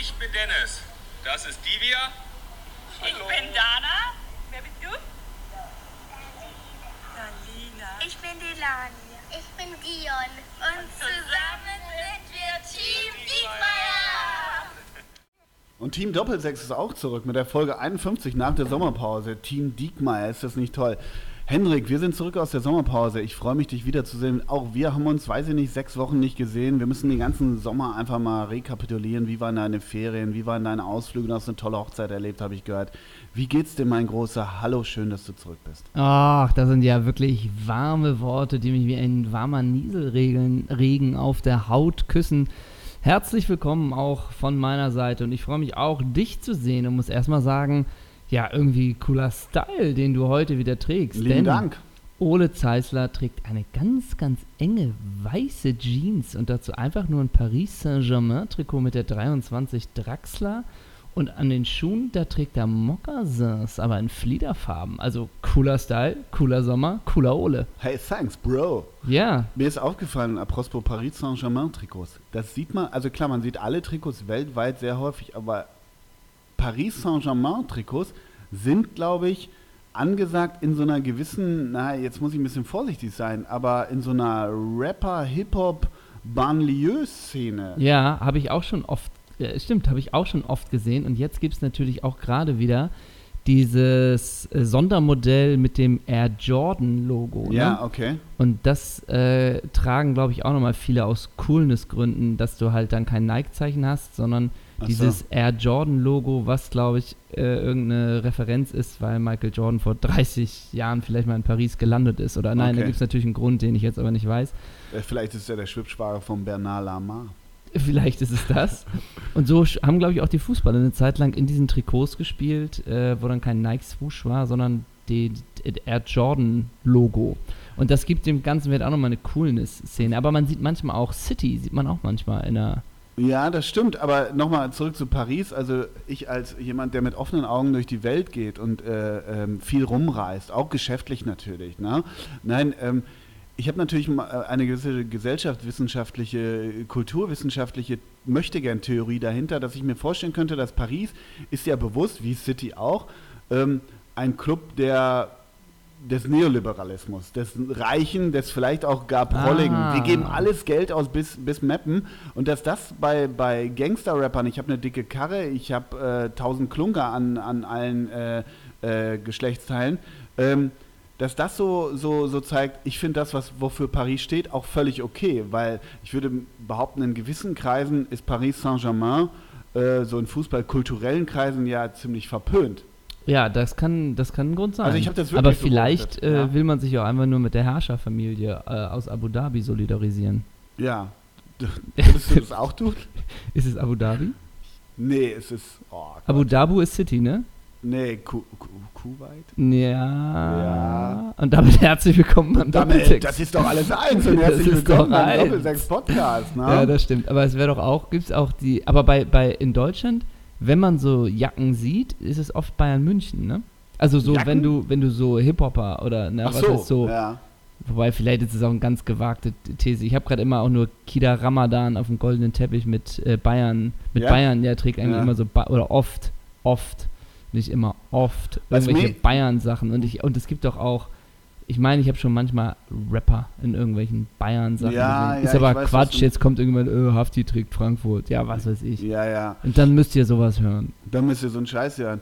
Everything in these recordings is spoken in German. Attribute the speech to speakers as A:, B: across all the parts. A: Ich bin Dennis. Das ist Divya.
B: Ich bin Dana. Wer bist du? Dalina.
C: Ich bin Delania. Ich bin Gion. Und zusammen sind wir Team Diekmeier.
D: Und Team Doppelsechs ist auch zurück mit der Folge 51 nach der Sommerpause. Team Diekmeier, ist das nicht toll? Hendrik, wir sind zurück aus der Sommerpause. Ich freue mich, dich wiederzusehen. Auch wir haben uns, weiß ich nicht, sechs Wochen nicht gesehen. Wir müssen den ganzen Sommer einfach mal rekapitulieren. Wie waren deine Ferien? Wie waren deine Ausflüge? Du hast eine tolle Hochzeit erlebt, habe ich gehört. Wie geht's dir, mein Großer? Hallo, schön, dass du zurück bist.
E: Ach, das sind ja wirklich warme Worte, die mich wie ein warmer Nieselregen Regen auf der Haut küssen. Herzlich willkommen auch von meiner Seite und ich freue mich auch, dich zu sehen und muss erstmal sagen, ja, irgendwie cooler Style, den du heute wieder trägst.
D: Lieben
E: denn
D: Dank.
E: Ole Zeisler trägt eine ganz, ganz enge weiße Jeans und dazu einfach nur ein Paris Saint-Germain-Trikot mit der 23 Draxler. Und an den Schuhen, da trägt er Moccasins, aber in Fliederfarben. Also cooler Style, cooler Sommer, cooler Ole.
D: Hey, thanks, Bro.
E: Ja,
D: Mir ist aufgefallen, apropos Paris Saint-Germain-Trikots. Das sieht man, also klar, man sieht alle Trikots weltweit sehr häufig, aber Paris Saint-Germain-Trikots sind, glaube ich, angesagt in so einer gewissen, na, jetzt muss ich ein bisschen vorsichtig sein, aber in so einer Rapper-Hip-Hop-Banlieue-Szene.
E: ja, habe ich auch schon oft, äh, stimmt, habe ich auch schon oft gesehen. Und jetzt gibt es natürlich auch gerade wieder dieses äh, Sondermodell mit dem Air Jordan-Logo. ne?
D: Ja, okay.
E: Und das äh, tragen, glaube ich, auch nochmal viele aus Coolness-Gründen, dass du halt dann kein Nike-Zeichen hast, sondern
D: Ach
E: dieses Air Jordan-Logo, was, glaube ich, äh, irgendeine Referenz ist, weil Michael Jordan vor 30 Jahren vielleicht mal in Paris gelandet ist. Oder nein, da
D: Okay.
E: gibt es natürlich einen Grund, den ich jetzt aber nicht weiß.
D: Äh, Vielleicht ist ja der Schwibschwager von Bernard Lamar.
E: Vielleicht ist es das. Und so sch- haben, glaube ich, auch die Fußballer eine Zeit lang in diesen Trikots gespielt, äh, wo dann kein Nike-Swoosh war, sondern die, die Air Jordan-Logo. Und das gibt dem Ganzen wird auch nochmal eine Coolness-Szene. Aber man sieht manchmal auch City, sieht man auch manchmal in einer.
D: Ja, das stimmt, aber nochmal zurück zu Paris. Also ich als jemand, der mit offenen Augen durch die Welt geht und äh, ähm, viel rumreist, auch geschäftlich natürlich. Ne? Nein, ähm, ich habe natürlich ma- äh, eine gewisse gesellschaftswissenschaftliche, äh, kulturwissenschaftliche Möchtegern-Theorie dahinter, dass ich mir vorstellen könnte, dass Paris ist ja bewusst, wie City auch, ähm, ein Club der des Neoliberalismus, des Reichen, des vielleicht auch gar Prolligen.
E: Ah.
D: Wir geben alles Geld aus bis, bis Mappen. Und dass das bei, bei Gangster-Rappern, ich habe eine dicke Karre, ich habe äh, tausend Klunker an, an allen äh, äh, Geschlechtsteilen, ähm, dass das so, so, so zeigt, ich finde das, was wofür Paris steht, auch völlig okay, weil ich würde behaupten, in gewissen Kreisen ist Paris Saint-Germain äh, so in fußballkulturellen Kreisen ja ziemlich verpönt.
E: Ja, das kann, das kann ein Grund sein.
D: Also ich hab das wirklich
E: Aber vielleicht
D: beobachtet, ja.
E: äh, will man sich auch einfach nur mit der Herrscherfamilie äh, aus Abu Dhabi solidarisieren.
D: Ja. Würdest du das auch tun?
E: Ist es Abu Dhabi?
D: Nee, es ist. Oh, Gott.
E: Abu Dhabi ist City, ne?
D: Nee, Ku Ku Kuwait?
E: Ja. Und damit herzlich willkommen beim
D: Damit,
E: Doppeltext.
D: das ist doch alles eins und
E: Das
D: herzlich
E: ist
D: willkommen
E: doch
D: beim
E: eins.
D: Doppelsechs-Podcast. Ne?
E: Ja, das stimmt. Aber es wäre doch auch, gibt es auch die, aber bei, bei in Deutschland, wenn man so Jacken sieht, ist es oft Bayern München, ne? Also so,
D: Jacken?
E: wenn du, wenn du so Hip-Hopper oder na,
D: Ach
E: was
D: so.
E: ist so,
D: Ja.
E: wobei vielleicht ist es auch eine ganz gewagte These. Ich habe gerade immer auch nur Kida Ramadan auf dem goldenen Teppich mit äh, Bayern, mit
D: Ja?
E: Bayern, der trägt eigentlich
D: Ja.
E: immer so, Ba- oder oft, oft, nicht immer, oft,
D: Was
E: irgendwelche
D: mir-
E: Bayern-Sachen. Und, ich- und es gibt doch auch, ich meine, ich habe schon manchmal Rapper in irgendwelchen Bayern-Sachen
D: Ja,
E: gesehen.
D: ja,
E: ist aber
D: ich weiß, was
E: Quatsch,
D: du-
E: jetzt kommt irgendwann, öh, Hafti trägt Frankfurt. Ja, was weiß ich.
D: ja, ja.
E: Und dann müsst ihr sowas hören.
D: Dann müsst ihr so einen Scheiß hören.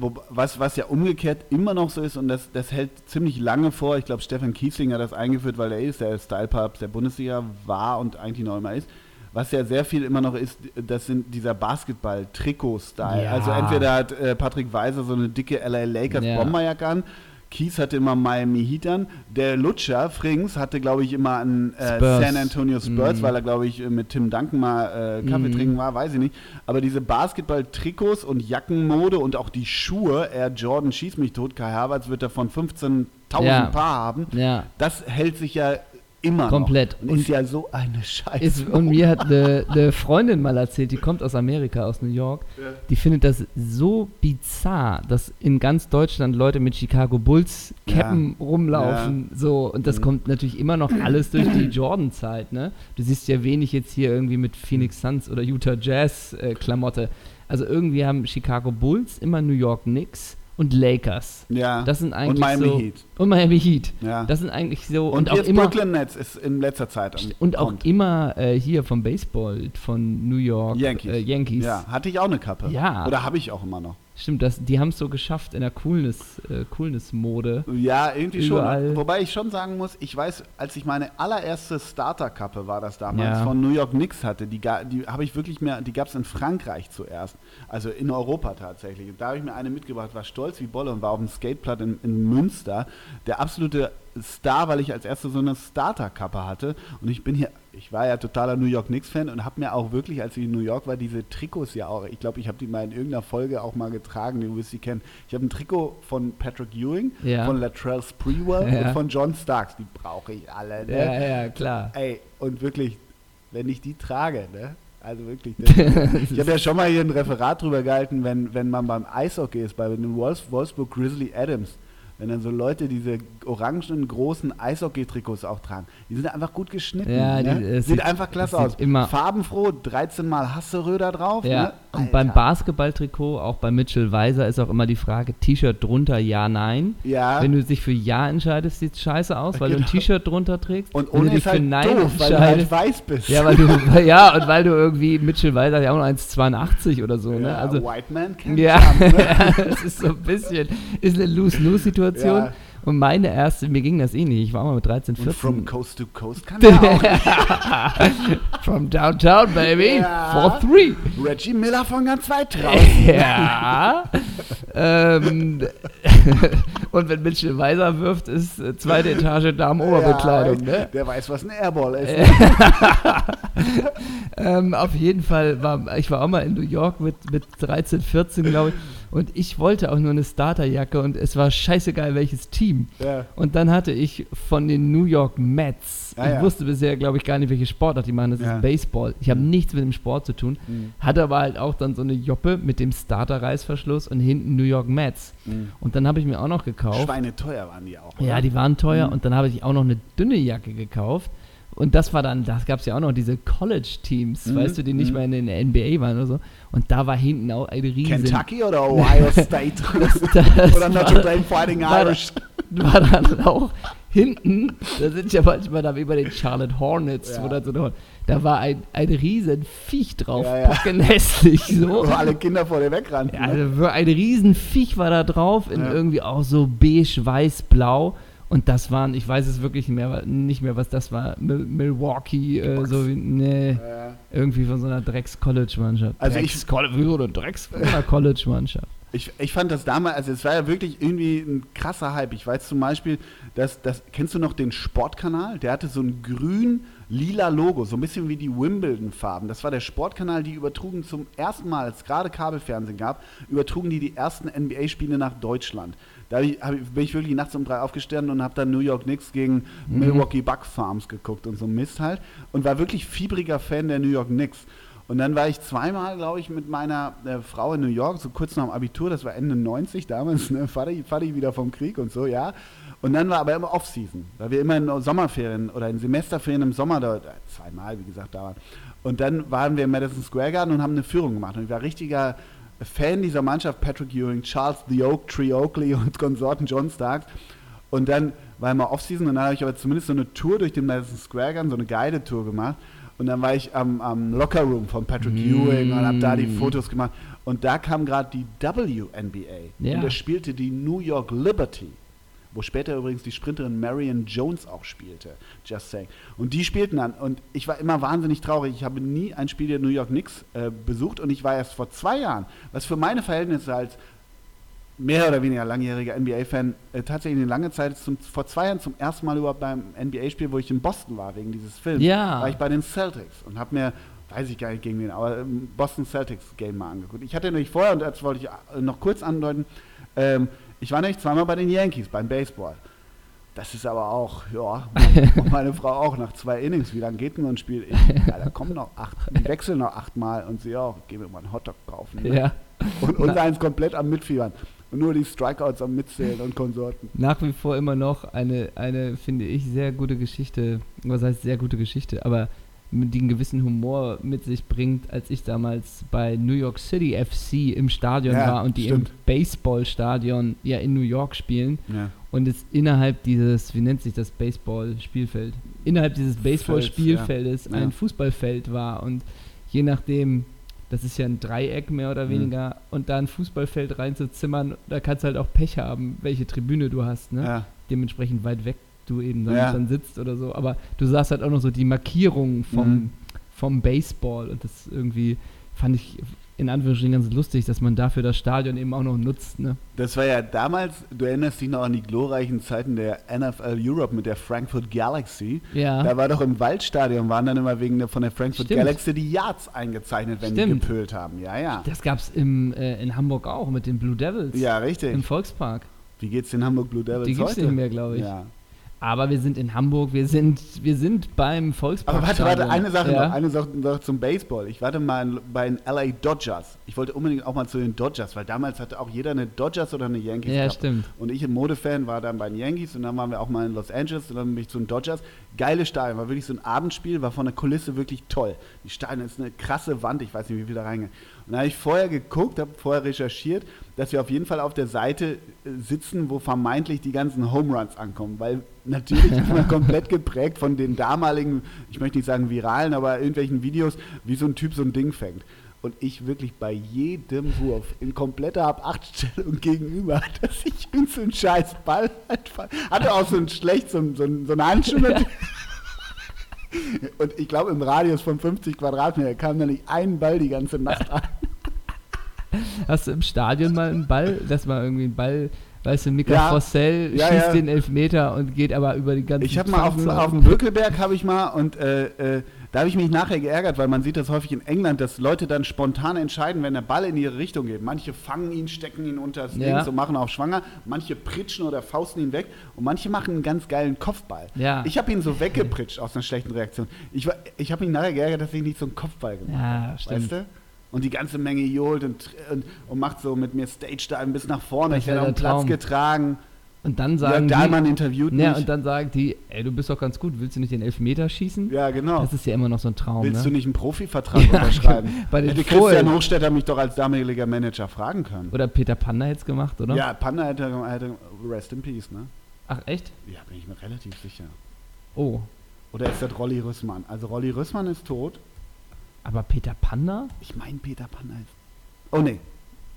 D: Wo, was, was ja umgekehrt immer noch so ist und das, das hält ziemlich lange vor. Ich glaube, Stefan Kiesling hat das eingeführt, weil er ist der Style-Papst der Bundesliga war und eigentlich noch immer ist. Was ja sehr viel immer noch ist, das sind dieser Basketball-Trikot-Style.
E: Ja.
D: Also entweder hat äh, Patrick Weiser so eine dicke LA Lakers
E: Ja.
D: Bomberjacke an, Kies hatte immer Miami Heat an, der Lutscher Frings hatte, glaube ich, immer einen äh,
E: Spurs.
D: San Antonio Spurs,
E: Mhm.
D: weil er, glaube ich, äh, mit Tim Duncan mal äh, Kaffee
E: Mhm.
D: trinken war, weiß ich nicht. Aber diese Basketball-Trikots und Jackenmode und auch die Schuhe, Air Jordan schießt mich tot, Kai Havertz wird davon 15.000
E: Ja.
D: Paar haben,
E: Ja.
D: das hält sich ja Immer
E: Komplett.
D: Noch. Und,
E: Und-
D: ist ja so eine Scheiße.
E: Ist, und mir hat eine, eine Freundin mal erzählt, die kommt aus Amerika, aus New York, die findet das so bizarr, dass in ganz Deutschland Leute mit Chicago Bulls Cappen rumlaufen. So, und
D: Mhm.
E: das kommt natürlich immer noch alles durch die Jordan-Zeit, ne? Du siehst ja wenig jetzt hier irgendwie mit Phoenix Suns oder Utah Jazz äh, Klamotte. Also irgendwie haben Chicago Bulls immer New York Knicks und Lakers.
D: ja.
E: Das sind eigentlich
D: und Miami
E: so,
D: Heat.
E: Und Miami Heat.
D: Ja.
E: Das sind eigentlich so.
D: Und,
E: Und, auch
D: jetzt
E: immer.
D: Brooklyn Nets ist in letzter Zeit am
E: Und auch
D: kommt.
E: immer äh, hier vom Baseball, von New York
D: Yankees.
E: Äh, Yankees.
D: Ja, hatte ich auch eine Kappe.
E: Ja.
D: Oder habe ich auch immer noch.
E: Stimmt, das, die haben es so geschafft in der Coolness, äh, Coolness-Mode.
D: Ja, irgendwie
E: Überall.
D: schon. Wobei ich schon sagen muss, ich weiß, als ich meine allererste Starterkappe war das damals
E: Ja.
D: von New York Knicks hatte, die, ga- die habe ich wirklich mehr, die gab es in Frankreich zuerst, also in Europa tatsächlich. Und da habe ich mir eine mitgebracht, war stolz wie Bolle und war auf dem Skateplatz in, in Münster der absolute Star, weil ich als erste so eine Starterkappe hatte. Und ich bin hier, ich war ja totaler New York Knicks-Fan und habe mir auch wirklich, als ich in New York war, diese Trikots ja auch, ich glaube, ich habe die mal in irgendeiner Folge auch mal getragen, du wirst sie kennen. Ich habe ein Trikot von Patrick Ewing,
E: Ja.
D: von Latrell Sprewell
E: Ja.
D: und von John Starks. Die brauche ich alle, ne?
E: Ja, ja, klar.
D: Ey, und wirklich, wenn ich die trage, ne? Also wirklich. ne? ich habe ja schon mal hier ein Referat drüber gehalten, wenn, wenn man beim Eishockey ist, bei den Wolfs, Wolfsburg Grizzly Adams, wenn dann so Leute diese orangenen großen Eishockey-Trikots auch tragen. Die sind einfach gut geschnitten.
E: Ja, die-
D: ne?
E: es
D: sieht,
E: sieht-
D: einfach klasse
E: es
D: aus.
E: sieht immer-
D: Farbenfroh, 13 Mal Hasseröder drauf.
E: Ja.
D: Ne?
E: Und beim
D: Alter.
E: Basketballtrikot, auch bei Mitchell Weiser, ist auch immer die Frage: T-Shirt drunter, ja, nein.
D: Ja.
E: Wenn du dich für Ja entscheidest, sieht scheiße aus, weil du ein
D: Genau.
E: T-Shirt drunter trägst.
D: Und
E: Wenn du
D: ohne
E: dich
D: ist halt
E: für Nein
D: doof, weil du halt
E: entscheidest.
D: weiß bist.
E: ja, weil du, weil- ja, und weil du irgendwie Mitchell Weiser hat ja auch noch 1,82 oder so, ne?
D: Ja,
E: Also,
D: White Man can
E: Ja,
D: jump, ne?
E: es ist so ein bisschen, ist eine Lose-Lose-Situation.
D: Ja.
E: Und meine erste, mir ging das ähnlich. Ich war mal mit 13,
D: Und
E: 14.
D: from coast to coast kann er auch.
E: From downtown, baby.
D: Ja.
E: For three.
D: Reggie Miller von ganz weit raus.
E: Ja. ähm, und wenn Mitchell Weiser wirft, ist äh, zweite Etage Damen-Oberbekleidung.
D: Ja,
E: ne?
D: Der weiß, was ein Airball ist. ne?
E: ähm, auf jeden Fall war ich war auch mal in New York mit, mit 13, 14, glaube ich. Und ich wollte auch nur eine Starterjacke und es war scheißegal, welches Team.
D: Ja.
E: Und dann hatte ich von den New York Mets,
D: Ah,
E: ich
D: ja.
E: wusste bisher, glaube ich, gar nicht, welche Sportart die machen, das
D: Ja. Mhm.
E: ist Baseball. Ich habe nichts mit dem Sport zu tun. Hatte aber halt auch dann so eine Joppe mit dem Starterreißverschluss und hinten New York Mets.
D: Mhm.
E: Und dann habe ich mir auch noch gekauft.
D: Schweine teuer waren die auch.
E: Ja,
D: oder?
E: die waren teuer
D: Mhm.
E: und dann habe ich auch noch eine dünne Jacke gekauft. Und das war dann, das gab es ja auch noch diese College-Teams,
D: Mhm.
E: weißt du, die nicht mal in der NBA waren oder so. Und da war hinten auch ein riesen...
D: Kentucky oder Ohio State
E: das
D: oder Notre
E: war-
D: Dame Fighting
E: war-
D: Irish.
E: War dann auch hinten, da sind ja manchmal da wie bei den Charlotte Hornets,
D: Ja.
E: wo dann so eine Horn- da war ein, ein riesen Viech drauf,
D: Ja, ja.
E: pockenhässlich so.
D: Wo alle Kinder vor dir wegrannten.
E: Ja,
D: ne?
E: Also wir- ein Riesenviech war da drauf, in
D: Ja.
E: irgendwie auch so beige, weiß, blau. Und das waren, ich weiß es wirklich nicht mehr, wa- nicht mehr was das war. Mil Milwaukee, äh, so wie, nee,
D: ja.
E: irgendwie von so einer Drecks-College-Mannschaft.
D: Also ich-
E: Drecks-College, oder Drecks-College-Mannschaft.
D: Ich, ich fand das damals, also es war ja wirklich irgendwie ein krasser Hype. Ich weiß zum Beispiel, dass, das, kennst du noch den Sportkanal? Der hatte so ein grün-lila Logo, so ein bisschen wie die Wimbledon-Farben. Das war der Sportkanal, die übertrugen zum ersten Mal, als es gerade Kabelfernsehen gab, übertrugen die die ersten NBA-Spiele nach Deutschland. Da hab ich, hab ich, bin ich wirklich nachts um drei aufgestanden und habe dann New York Knicks gegen Milwaukee Buck Farms geguckt und so Mist halt. Und war wirklich fiebriger Fan der New York Knicks. Und dann war ich zweimal, glaube ich, mit meiner äh, Frau in New York, so kurz nach dem Abitur, das war Ende 90 damals, ne? Vati, Vati wieder vom Krieg und so, ja. Und dann war aber immer Off-Season, weil wir immer in Sommerferien oder in Semesterferien im Sommer dort, äh, zweimal, wie gesagt, da waren. Und dann waren wir im Madison Square Garden und haben eine Führung gemacht. Und ich war richtiger Fan dieser Mannschaft, Patrick Ewing, Charles The Oak, Tree Oakley und Konsorten John Starks. Und dann war immer Offseason und dann habe ich aber zumindest so eine Tour durch den Madison Square Garden, so eine Guided-Tour gemacht. Und dann war ich am, am Locker-Room von Patrick Ewing und habe da die Fotos gemacht. Und da kam gerade die WNBA
E: Ja.
D: und da spielte die New York Liberty, wo später übrigens die Sprinterin Marion Jones auch spielte. Just saying. Und die spielten dann. Und ich war immer wahnsinnig traurig. Ich habe nie ein Spiel der New York Knicks äh, besucht und ich war erst vor zwei Jahren, was für meine Verhältnisse als mehr oder weniger langjähriger NBA-Fan, äh, tatsächlich eine lange Zeit, zum, vor zwei Jahren zum ersten Mal überhaupt beim NBA-Spiel, wo ich in Boston war, wegen dieses Films,
E: Ja.
D: war ich bei den Celtics und habe mir, weiß ich gar nicht gegen wen, aber ähm, Boston Celtics-Game mal angeguckt. Ich hatte nämlich vorher, und das wollte ich äh, noch kurz andeuten, ähm, ich war nämlich zweimal bei den Yankees beim Baseball. Das ist aber auch, ja, meine- und meine Frau auch, nach zwei Innings, wie lange geht denn so ein Spiel? Ich, ja, da kommen noch acht, die wechseln noch achtmal und sie auch, gehen wir mal einen Hotdog kaufen. ne?
E: Ja.
D: Und unser eins komplett am Mitfiebern. Und nur die Strikeouts am Mitzählen und Konsorten.
E: Nach wie vor immer noch eine, eine, finde ich, sehr gute Geschichte. Was heißt sehr gute Geschichte? Aber mit- die einen gewissen Humor mit sich bringt, als ich damals bei New York City FC im Stadion
D: Ja,
E: war und die im Baseballstadion ja in New York spielen
D: Ja.
E: und es innerhalb dieses, wie nennt sich das Baseball-Spielfeld, innerhalb dieses Baseball-Spielfeldes
D: ja. Ja.
E: ein Fußballfeld war und je nachdem, das ist ja ein Dreieck mehr oder
D: Mhm.
E: weniger und da ein Fußballfeld reinzuzimmern, da kannst du halt auch Pech haben, welche Tribüne du hast, ne?
D: Ja.
E: Dementsprechend weit weg du eben dann,
D: Ja.
E: dann sitzt oder so, aber du sahst halt auch noch so die Markierungen vom,
D: Mhm.
E: vom Baseball und das irgendwie fand ich in Anführungsstrichen ganz lustig, dass man dafür das Stadion eben auch noch nutzt, ne?
D: Das war ja damals, du erinnerst dich noch an die glorreichen Zeiten der NFL Europe mit der Frankfurt Galaxy.
E: Ja.
D: Da war doch im Waldstadion, waren dann immer wegen der, von der Frankfurt
E: Stimmt.
D: Galaxy die Yards eingezeichnet, wenn
E: Stimmt.
D: die gepölt haben. Ja, ja.
E: Das gab's im, äh, in Hamburg auch mit den Blue Devils
D: Ja,
E: im
D: richtig.
E: Volkspark.
D: Wie geht's den Hamburg Blue Devils
E: Die gibt's
D: heute?
E: nicht mehr, glaube ich.
D: Ja.
E: Aber wir sind in Hamburg, wir sind, wir sind beim Volkspark.
D: Aber warte, warte,
E: Stadion.
D: eine Sache
E: ja.
D: noch, eine Sache noch zum Baseball. Ich warte mal bei den LA Dodgers. Ich wollte unbedingt auch mal zu den Dodgers, weil damals hatte auch jeder eine Dodgers oder eine Yankees.
E: Ja,
D: Kappe.
E: stimmt.
D: Und ich, ein Modefan, war dann bei den Yankees und dann waren wir auch mal in Los Angeles und dann bin ich zu den Dodgers. Geile Stadion, war wirklich so ein Abendspiel, war von der Kulisse wirklich toll. Die Stadion ist eine krasse Wand, ich weiß nicht, wie viel da reingeht. Und da habe ich vorher geguckt, habe vorher recherchiert, dass wir auf jeden Fall auf der Seite äh, sitzen, wo vermeintlich die ganzen Home Runs ankommen, weil natürlich immer komplett geprägt von den damaligen, ich möchte nicht sagen viralen, aber irgendwelchen Videos, wie so ein Typ so ein Ding fängt. Und ich wirklich bei jedem Wurf in kompletter Ab-8-Stellung gegenüber, dass ich in so einen scheiß Ball halt fall- hatte auch so einen schlecht, so, einen- so, einen- so einen Handschuh. mit- Und ich glaube, im Radius von 50 Quadratmeter kam da nicht ein Ball die ganze Nacht an.
E: Hast du im Stadion mal einen Ball, dass mal irgendwie ein Ball, weißt du, Mika
D: Ja.
E: Fossell
D: Ja,
E: schießt
D: ja.
E: den Elfmeter und geht aber über die ganze
D: Ich habe mal auf dem, auf dem Bökelberg habe ich mal und äh, äh, da habe ich mich nachher geärgert, weil man sieht das häufig in England, dass Leute dann spontan entscheiden, wenn der Ball in ihre Richtung geht. Manche fangen ihn, stecken ihn unter das
E: Ja.
D: Ding und machen auch schwanger. Manche pritschen oder fausten ihn weg und manche machen einen ganz geilen Kopfball.
E: Ja.
D: Ich habe ihn so weggepritscht aus einer schlechten Reaktion. Ich, war- ich habe mich nachher geärgert, dass ich nicht so einen Kopfball gemacht habe.
E: Ja, stimmt.
D: Weißt du? Und die ganze Menge johlt und, und, und macht so mit mir Stage-Dive bis nach vorne.
E: Das
D: ich werde
E: wär
D: auf den
E: der
D: Platz
E: Traum.
D: getragen.
E: Und dann
D: Jörg
E: sagen
D: Dahlmann
E: die,
D: interviewt
E: ja,
D: mich.
E: und dann sagen die, ey, du bist doch ganz gut, willst du nicht den Elfmeter schießen?
D: ja, genau.
E: Das ist ja immer noch so ein Traum,
D: Willst du
E: ne?
D: nicht einen Profivertrag unterschreiben?
E: bei den
D: Hätte
E: Fohlen.
D: Christian Hochstädter mich doch als damaliger Manager fragen können.
E: Oder Peter Panda hätte es gemacht, oder?
D: Ja, Panda hätte, hätte Rest in Peace, ne?
E: Ach, echt?
D: Ja, bin ich mir relativ sicher.
E: Oh.
D: Oder ist das Rolli Rüssmann? Also Rolli Rüssmann ist tot.
E: Aber Peter Panda?
D: Ich meine Peter Panda ist... Oh nee,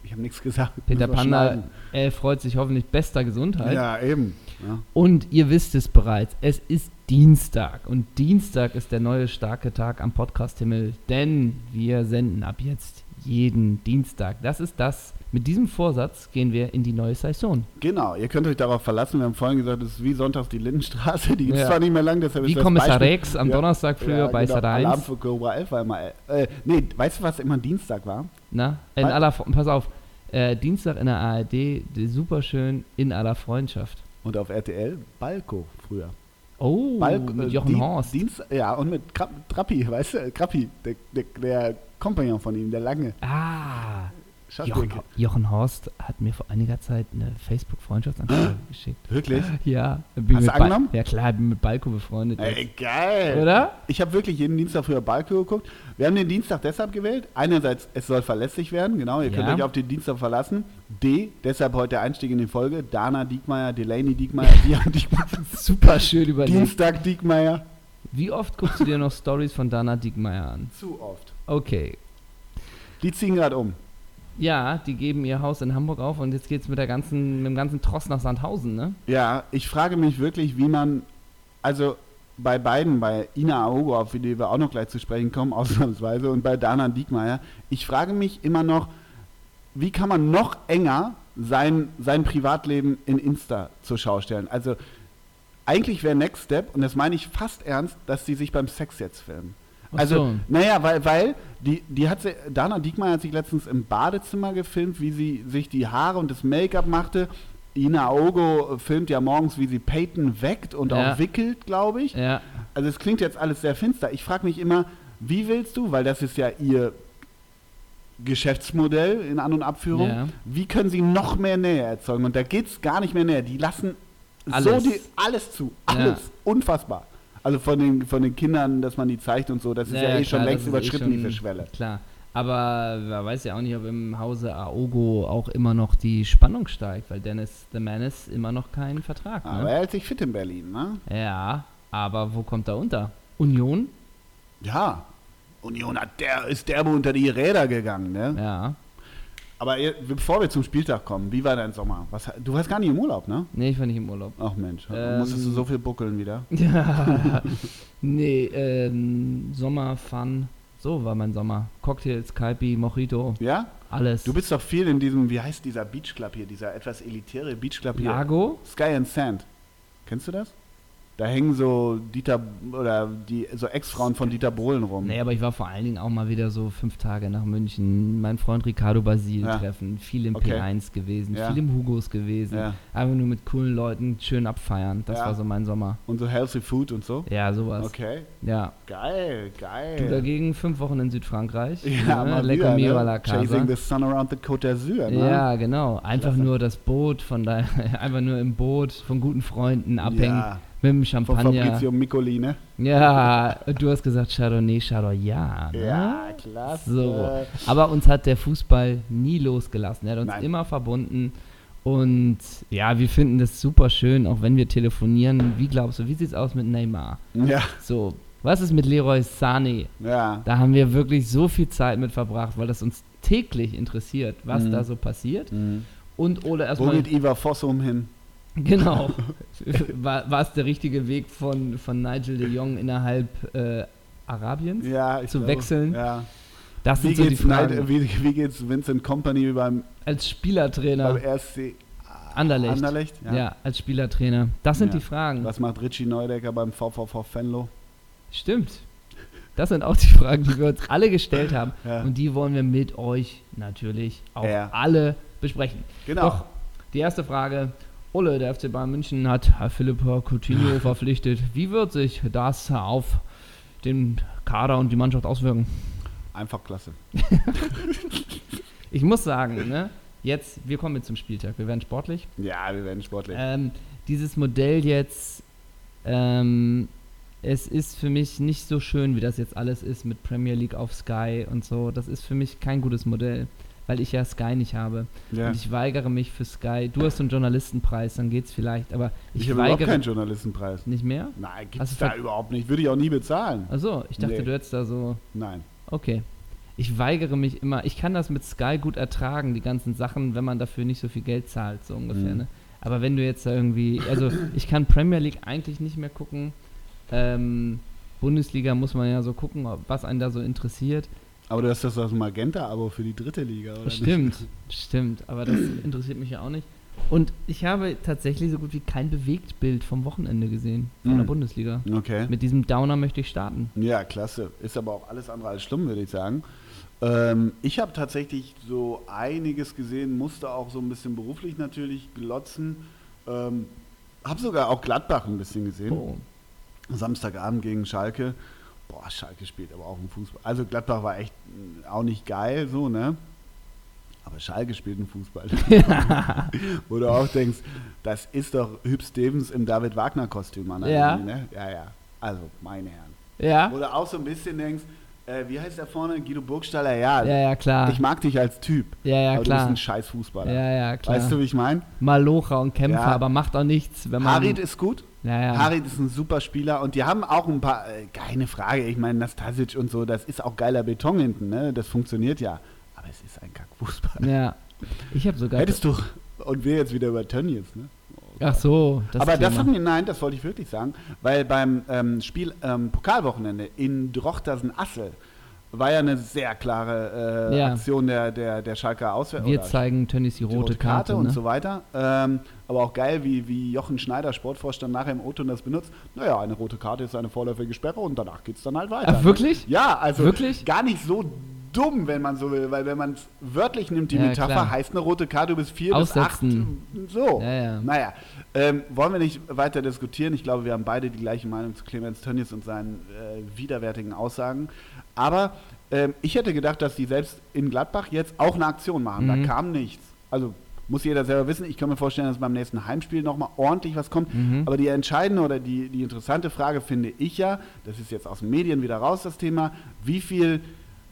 D: ich habe nichts gesagt.
E: Peter
D: Müssen wir
E: Panda halt?
D: schneiden.
E: äh, freut sich hoffentlich bester Gesundheit.
D: Ja, eben. Ja.
E: Und ihr wisst es bereits, es ist Dienstag. Und Dienstag ist der neue starke Tag am Podcast-Himmel, denn wir senden ab jetzt jeden Dienstag. Das ist das. Mit diesem Vorsatz gehen wir in die neue Saison.
D: Genau, ihr könnt euch darauf verlassen. Wir haben vorhin gesagt, es ist wie sonntags die Lindenstraße. Die gibt es
E: Ja.
D: zwar nicht mehr lang, deshalb
E: Wie
D: ist das
E: Kommissar
D: Beispiel-
E: Rex am Donnerstag früher bei
D: genau,
E: Sat.1.
D: Alarm für Cobra 11 war immer... Äh, nee, weißt du, was immer Dienstag war?
E: Na, in
D: Was?
E: aller, Fre- pass auf, äh, Dienstag in der ARD, die- superschön in aller Freundschaft.
D: Und auf RTL Balko früher.
E: Oh,
D: Balk, äh,
E: mit Jochen
D: Dien-
E: Horst.
D: Dienst, ja, und mit Krab, Trappi, weißt du, Krappi, der, der, der Kompagnon von ihm, der lange
E: Ah,
D: Schachtel.
E: Jochen, Jochen Horst hat mir vor einiger Zeit eine Facebook-Freundschaftsanfrage geschickt.
D: Wirklich?
E: Ja, bin
D: Hast
E: mit
D: du
E: Ba-
D: angenommen?
E: Ja klar, bin mit Balko befreundet.
D: Ey, geil.
E: Oder?
D: Ich habe wirklich jeden Dienstag früher Balko geguckt. Wir haben den Dienstag deshalb gewählt. Einerseits, es soll verlässlich werden, genau, ihr könnt
E: Ja.
D: euch auf den Dienstag verlassen. D, deshalb heute der Einstieg in die Folge. Dana Diekmeier, Delaney Diekmeier, Dian Diekmeier,
E: Super schön überlegt.
D: Dienstag Diekmeier.
E: Wie oft guckst du dir noch Stories von Dana Diekmeyer an?
D: Zu oft.
E: Okay.
D: Die ziehen gerade um.
E: Ja, die geben ihr Haus in Hamburg auf und jetzt geht's mit der ganzen, mit dem ganzen Tross nach Sandhausen, ne?
D: Ja, ich frage mich wirklich, wie man, also bei beiden, bei Ina Aogo, auf die wir auch noch gleich zu sprechen kommen, ausnahmsweise, und bei Dana Diekmeyer, ich frage mich immer noch, wie kann man noch enger sein, sein Privatleben in Insta zur Schau stellen? Also eigentlich wäre Next Step, und das meine ich fast ernst, dass sie sich beim Sex jetzt filmen.
E: Ach
D: Also,
E: so.
D: naja, weil, weil die, die hat sie, Dana Diekmann hat sich letztens im Badezimmer gefilmt, wie sie sich die Haare und das Make-up machte Ina Ogo filmt ja morgens, wie sie Peyton weckt und
E: Ja.
D: auch wickelt, glaube ich.
E: Ja,
D: Also es klingt jetzt alles sehr finster. Ich frage mich immer, wie willst du, weil das ist ja ihr Geschäftsmodell in An- und Abführung,
E: Ja.
D: wie können sie noch mehr Nähe erzeugen? Und da geht's gar nicht mehr näher. Die lassen
E: Alles.
D: so die, alles zu. Alles. Unfassbar. Also von den, von den Kindern, dass man die zeigt und so, das ist ja, eh
E: klar,
D: schon längst
E: das ist eh
D: überschritten,
E: schon-
D: diese Schwelle.
E: Klar. Aber man weiß ja auch nicht, ob im Hause Aogo auch immer noch die Spannung steigt, weil Dennis the Menace immer noch keinen Vertrag
D: Aber
E: ne?
D: er hält sich fit in Berlin, ne?
E: Ja, aber wo kommt er unter? Union?
D: Ja. Union hat der, ist derbe unter die Räder gegangen, ne?
E: Ja.
D: Aber ihr, bevor wir zum Spieltag kommen, wie war dein Sommer? Was, du warst gar nicht im Urlaub, ne?
E: Nee, ich war nicht im Urlaub.
D: Ach Mensch,
E: Ähm,
D: musstest du so viel buckeln wieder?
E: Ja. nee, ähm, Sommer, Fun. So war mein Sommer. Cocktails, Kaipi, Mojito,
D: Ja?
E: alles.
D: Du bist doch viel in diesem, wie heißt dieser Beach Club hier, dieser etwas elitäre Beach Club hier?
E: Lago?
D: Sky and Sand. Kennst du das? Da hängen so Dieter oder die so Ex-Frauen von Dieter Bohlen rum.
E: Nee, aber ich war vor allen Dingen auch mal wieder so fünf Tage nach München. Mein Freund Ricardo Basil
D: Ja.
E: treffen. Viel im
D: Okay.
E: P1 gewesen,
D: Ja.
E: viel im Hugos gewesen.
D: Ja.
E: Einfach nur mit coolen Leuten schön abfeiern. Das
D: Ja.
E: war so mein Sommer.
D: Und so healthy food und so.
E: Ja, sowas.
D: Okay,
E: Ja.
D: geil, geil.
E: Du dagegen fünf Wochen in Südfrankreich.
D: ja, mal wieder,
E: Lecker Mio
D: ne?
E: à la Casa.
D: Chasing the sun around the Côte d'Azur, ne?
E: Ja, genau. Einfach
D: Klasse.
E: nur das Boot von da, einfach nur im Boot von guten Freunden abhängen.
D: Ja.
E: Mit dem
D: Von
E: Champagner.
D: Fabrizio Miccoli, ne?
E: Ja, du hast gesagt Chardonnay, Chardonnay, ja. Ne?
D: Ja, klasse.
E: So. Aber uns hat der Fußball nie losgelassen. Er hat uns
D: Nein.
E: immer verbunden. Und ja, wir finden das super schön, auch wenn wir telefonieren. Wie glaubst du, wie sieht's aus mit Neymar?
D: Ja,
E: So, was ist mit Leroy Sané?
D: ja.
E: Da haben wir wirklich so viel Zeit mit verbracht, weil das uns täglich interessiert, was da so passiert. Und Ole
D: Wo
E: erstmal.
D: geht Ivar Fossum hin?
E: Genau. War, war es der richtige Weg von, von Nigel de Jong innerhalb äh, Arabiens?
D: Ja, ich
E: Zu
D: glaube,
E: wechseln?
D: Ja.
E: Das
D: Wie
E: sind so die
D: geht's,
E: Fragen.
D: Neid, wie, wie geht's Vincent Company beim,
E: als Spielertrainer.
D: beim RSC
E: Anderlecht.
D: Anderlecht?
E: Ja. als Spielertrainer. Das sind
D: Ja.
E: die Fragen.
D: Was macht Richie Neudecker beim VVV Fenlo?
E: Stimmt. Das sind auch die Fragen, die wir uns alle gestellt haben.
D: Ja.
E: Und die wollen wir mit euch natürlich auch
D: Ja.
E: alle besprechen.
D: Genau.
E: Doch, die erste Frage. Ole, der FC Bayern München hat Philippa Coutinho verpflichtet. Wie wird sich das auf den Kader und die Mannschaft auswirken?
D: Einfach klasse.
E: Ich muss sagen, ne, jetzt, wir kommen jetzt zum Spieltag. Wir werden sportlich.
D: Ja, wir werden sportlich.
E: Ähm, dieses Modell jetzt, ähm, es ist für mich nicht so schön, wie das jetzt alles ist mit Premier League auf Sky und so. Das ist für mich kein gutes Modell, weil ich ja Sky nicht habe.
D: ja.
E: Und ich weigere mich für Sky. Du hast so einen Journalistenpreis, dann geht's vielleicht, aber ich,
D: Ich, habe überhaupt
E: weigere
D: keinen Journalistenpreis.
E: nicht mehr.
D: Nein,
E: Hast
D: gibt's
E: du
D: da
E: ver-
D: überhaupt nicht. Würde ich auch nie bezahlen.
E: Also, ich dachte,
D: Nee.
E: du hättest da so
D: Nein.
E: okay. Ich weigere mich immer. Ich kann das mit Sky gut ertragen, die ganzen Sachen, wenn man dafür nicht so viel Geld zahlt, so ungefähr.
D: Mhm.
E: Ne? Aber wenn du jetzt da irgendwie, also ich kann Premier League eigentlich nicht mehr gucken. Ähm, Bundesliga muss man ja so gucken, ob- was einen da so interessiert.
D: Aber du hast das aus dem Magenta-Abo für die dritte Liga, oder? nicht?
E: Stimmt, stimmt. Aber das interessiert mich ja auch nicht. Und ich habe tatsächlich so gut wie kein Bewegtbild vom Wochenende gesehen von der
D: Mhm.
E: Bundesliga.
D: Okay.
E: Mit diesem Downer möchte ich starten.
D: Ja, klasse. Ist aber auch alles andere als schlimm, würde ich sagen. Ähm, ich habe tatsächlich so einiges gesehen, musste auch so ein bisschen beruflich natürlich glotzen. Ähm, habe sogar auch Gladbach ein bisschen gesehen.
E: Oh.
D: Samstagabend gegen Schalke. Boah, Schalke spielt aber auch im Fußball. Also Gladbach war echt mh, auch nicht geil, so, ne? Aber Schalke spielt im Fußball. Wo du auch denkst, das ist doch Hüb Stevens im David Wagner-Kostüm an. der
E: Ja.
D: Linie, Ne? Ja, ja. Also, meine Herren.
E: Ja,
D: Wo du auch so ein bisschen denkst, äh, wie heißt der vorne? Guido Burgstaller, ja.
E: ja, ja, klar.
D: Ich mag dich als Typ.
E: Ja, ja,
D: aber du
E: klar.
D: bist ein scheiß Fußballer.
E: Ja, ja, klar.
D: Weißt du, wie ich meine?
E: Malocher und Kämpfer,
D: Ja.
E: aber macht auch nichts, wenn man.
D: Harit ist gut.
E: ja, ja.
D: Harit ist ein super Spieler und die haben auch ein paar, äh, keine Frage, ich meine, Nastasic und so, das ist auch geiler Beton hinten, ne? das funktioniert ja. Aber es ist ein Kackfußball.
E: ja. Ich habe sogar.
D: Hättest du, und wir jetzt wieder über Tönnies, ne?
E: Ach so, das
D: Aber das
E: Thema.
D: hat mir, nein, das wollte ich wirklich sagen, weil beim ähm, Spiel ähm, Pokalwochenende in Drochtersen-Assel war ja eine sehr klare äh,
E: Ja.
D: Aktion der, der, der Schalker Auswärts.
E: Wir zeigen Tönnies die rote, Karte.
D: und
E: ne?
D: so weiter. Ähm, aber auch geil, wie, wie Jochen Schneider, Sportvorstand, nachher im O-Ton das benutzt. Naja, eine rote Karte ist eine vorläufige Sperre und danach geht es dann halt weiter.
E: Ah, wirklich?
D: Ja, also
E: Wirklich?
D: gar nicht so dumm, wenn man so will, weil wenn man es wörtlich nimmt, die
E: Ja,
D: Metapher
E: klar.
D: heißt eine rote Karte bis vier
E: Aussetzen.
D: bis acht. So.
E: Ja, ja.
D: Naja, ähm, wollen wir nicht weiter diskutieren. Ich glaube, wir haben beide die gleiche Meinung zu Clemens Tönnies und seinen äh, widerwärtigen Aussagen. Aber ähm, ich hätte gedacht, dass die selbst in Gladbach jetzt auch eine Aktion machen.
E: Mhm.
D: Da kam nichts. Also muss jeder selber wissen. Ich kann mir vorstellen, dass beim nächsten Heimspiel nochmal ordentlich was kommt.
E: Mhm.
D: Aber die entscheidende oder die, die interessante Frage finde ich ja, das ist jetzt aus den Medien wieder raus, das Thema, wie viel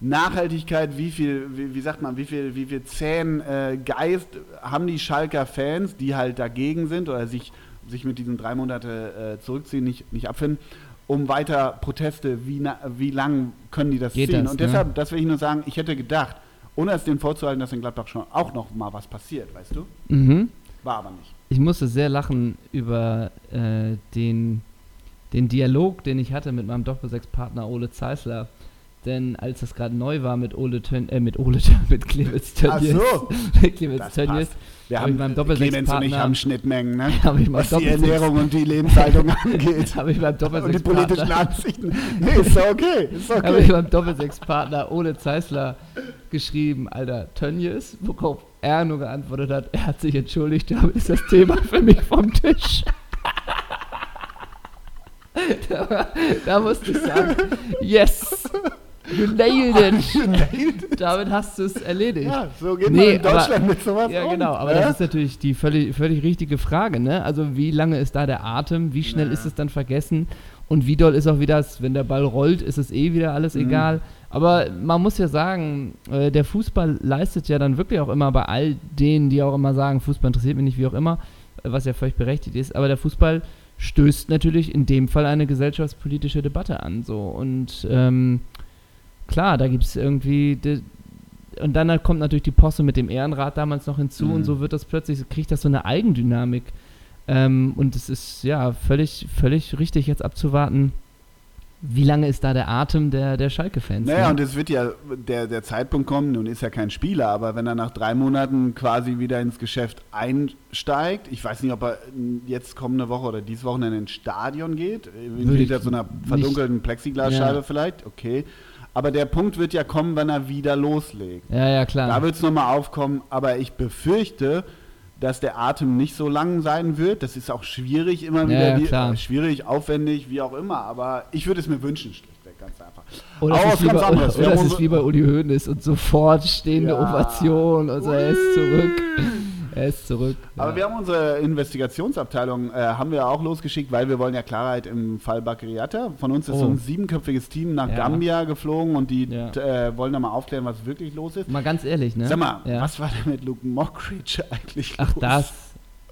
D: Nachhaltigkeit, wie viel, wie, wie sagt man, wie viel, wie viel zähen äh, Geist haben die Schalker Fans, die halt dagegen sind oder sich, sich mit diesen drei Monate äh, zurückziehen, nicht, nicht abfinden, um weiter Proteste, wie, na, wie lang können die das
E: Geht
D: ziehen?
E: das,
D: Und
E: ne?
D: deshalb, das will ich nur sagen, ich hätte gedacht, ohne es denen vorzuhalten, dass in Gladbach schon auch noch mal was passiert, weißt du?
E: Mhm.
D: War aber nicht.
E: Ich musste sehr lachen über äh, den, den Dialog, den ich hatte mit meinem Doppelsechs-Partner Ole Zeisler. Denn als das gerade neu war mit Ole Tön äh, mit Ole Tön mit Clemens
D: Ach
E: Tönnies,
D: so.
E: mit Clemens
D: Das
E: Tönnies,
D: passt. Wir
E: Hab
D: haben
E: ich beim
D: Clemens und ich
E: Doppelsechspartner-
D: haben Schnittmengen, ne?
E: Hab ich mal
D: Was die
E: Doppelsechs-
D: Ernährung und die Lebenshaltung angeht.
E: habe ich beim
D: und die politischen
E: Doppelsechs-Partner
D: Ansichten. Nee, ist doch okay. Ist doch
E: habe ich
D: okay.
E: beim Doppelsechspartner Ole Zeisler geschrieben, Alter, Tönnies, worauf er nur geantwortet hat, er hat sich entschuldigt, damit ist das Thema für mich vom Tisch. da, da musste ich sagen, yes, you nailed it. Damit hast du es erledigt.
D: Ja, so geht man
E: Nee,
D: in Deutschland
E: aber-
D: mit sowas
E: Ja,
D: um.
E: genau, aber
D: ne?
E: das ist natürlich die völlig, völlig richtige Frage, ne? Also wie lange ist da der Atem, wie schnell ist es dann vergessen und wie doll ist auch wieder das, wenn der Ball rollt, ist es eh wieder
D: Mhm.
E: alles egal. Aber man muss ja sagen, äh, der Fußball leistet ja dann wirklich auch immer bei all denen, die auch immer sagen, Fußball interessiert mich nicht, wie auch immer, äh, was ja völlig berechtigt ist, aber der Fußball stößt natürlich in dem Fall eine gesellschaftspolitische Debatte an, so und ähm, klar, da gibt es irgendwie de- und dann halt kommt natürlich die Posse mit dem Ehrenrat damals noch hinzu
D: Mhm.
E: und so wird das plötzlich, kriegt das so eine Eigendynamik. Ähm, und es ist ja völlig, völlig richtig jetzt abzuwarten, wie lange ist da der Atem der, der Schalke-Fans.
D: Naja,
E: ne?
D: und es wird ja der, der Zeitpunkt kommen, nun ist ja kein Spieler, aber wenn er nach drei Monaten quasi wieder ins Geschäft einsteigt, ich weiß nicht, ob er jetzt kommende Woche oder dieses Wochenende ins Stadion geht,
E: Würde ich
D: hinter so einer verdunkelten Plexiglasscheibe
E: Ja.
D: vielleicht, okay. Aber der Punkt wird ja kommen, wenn er wieder loslegt.
E: ja, ja, klar.
D: Da wird es nochmal aufkommen, aber ich befürchte, dass der Atem nicht so lang sein wird. Das ist auch schwierig immer
E: Ja,
D: wieder.
E: ja,
D: die-
E: klar.
D: äh, Schwierig, aufwendig, wie auch immer. Aber ich würde es mir wünschen, schlichtweg, ganz einfach.
E: Oder
D: Aber
E: es
D: was
E: ist, wie
D: ganz
E: bei,
D: anderes.
E: oder,
D: Wir
E: oder
D: haben
E: es ist
D: unsere-
E: wie bei Uli Hoeneß und sofort stehende
D: Ja.
E: Ovation und so, Also er ist zurück. Er ist zurück.
D: Aber
E: ja.
D: wir haben unsere Investigationsabteilung äh, haben wir auch losgeschickt, weil wir wollen ja Klarheit im Fall Bakriata. Von uns ist
E: Oh.
D: so ein siebenköpfiges Team nach
E: Ja.
D: Gambia geflogen und die
E: Ja.
D: t- äh, wollen da mal aufklären, was wirklich los ist.
E: Mal ganz ehrlich, ne?
D: Sag mal,
E: ja.
D: was war denn mit Luke Mockridge eigentlich
E: Ach,
D: los?
E: das.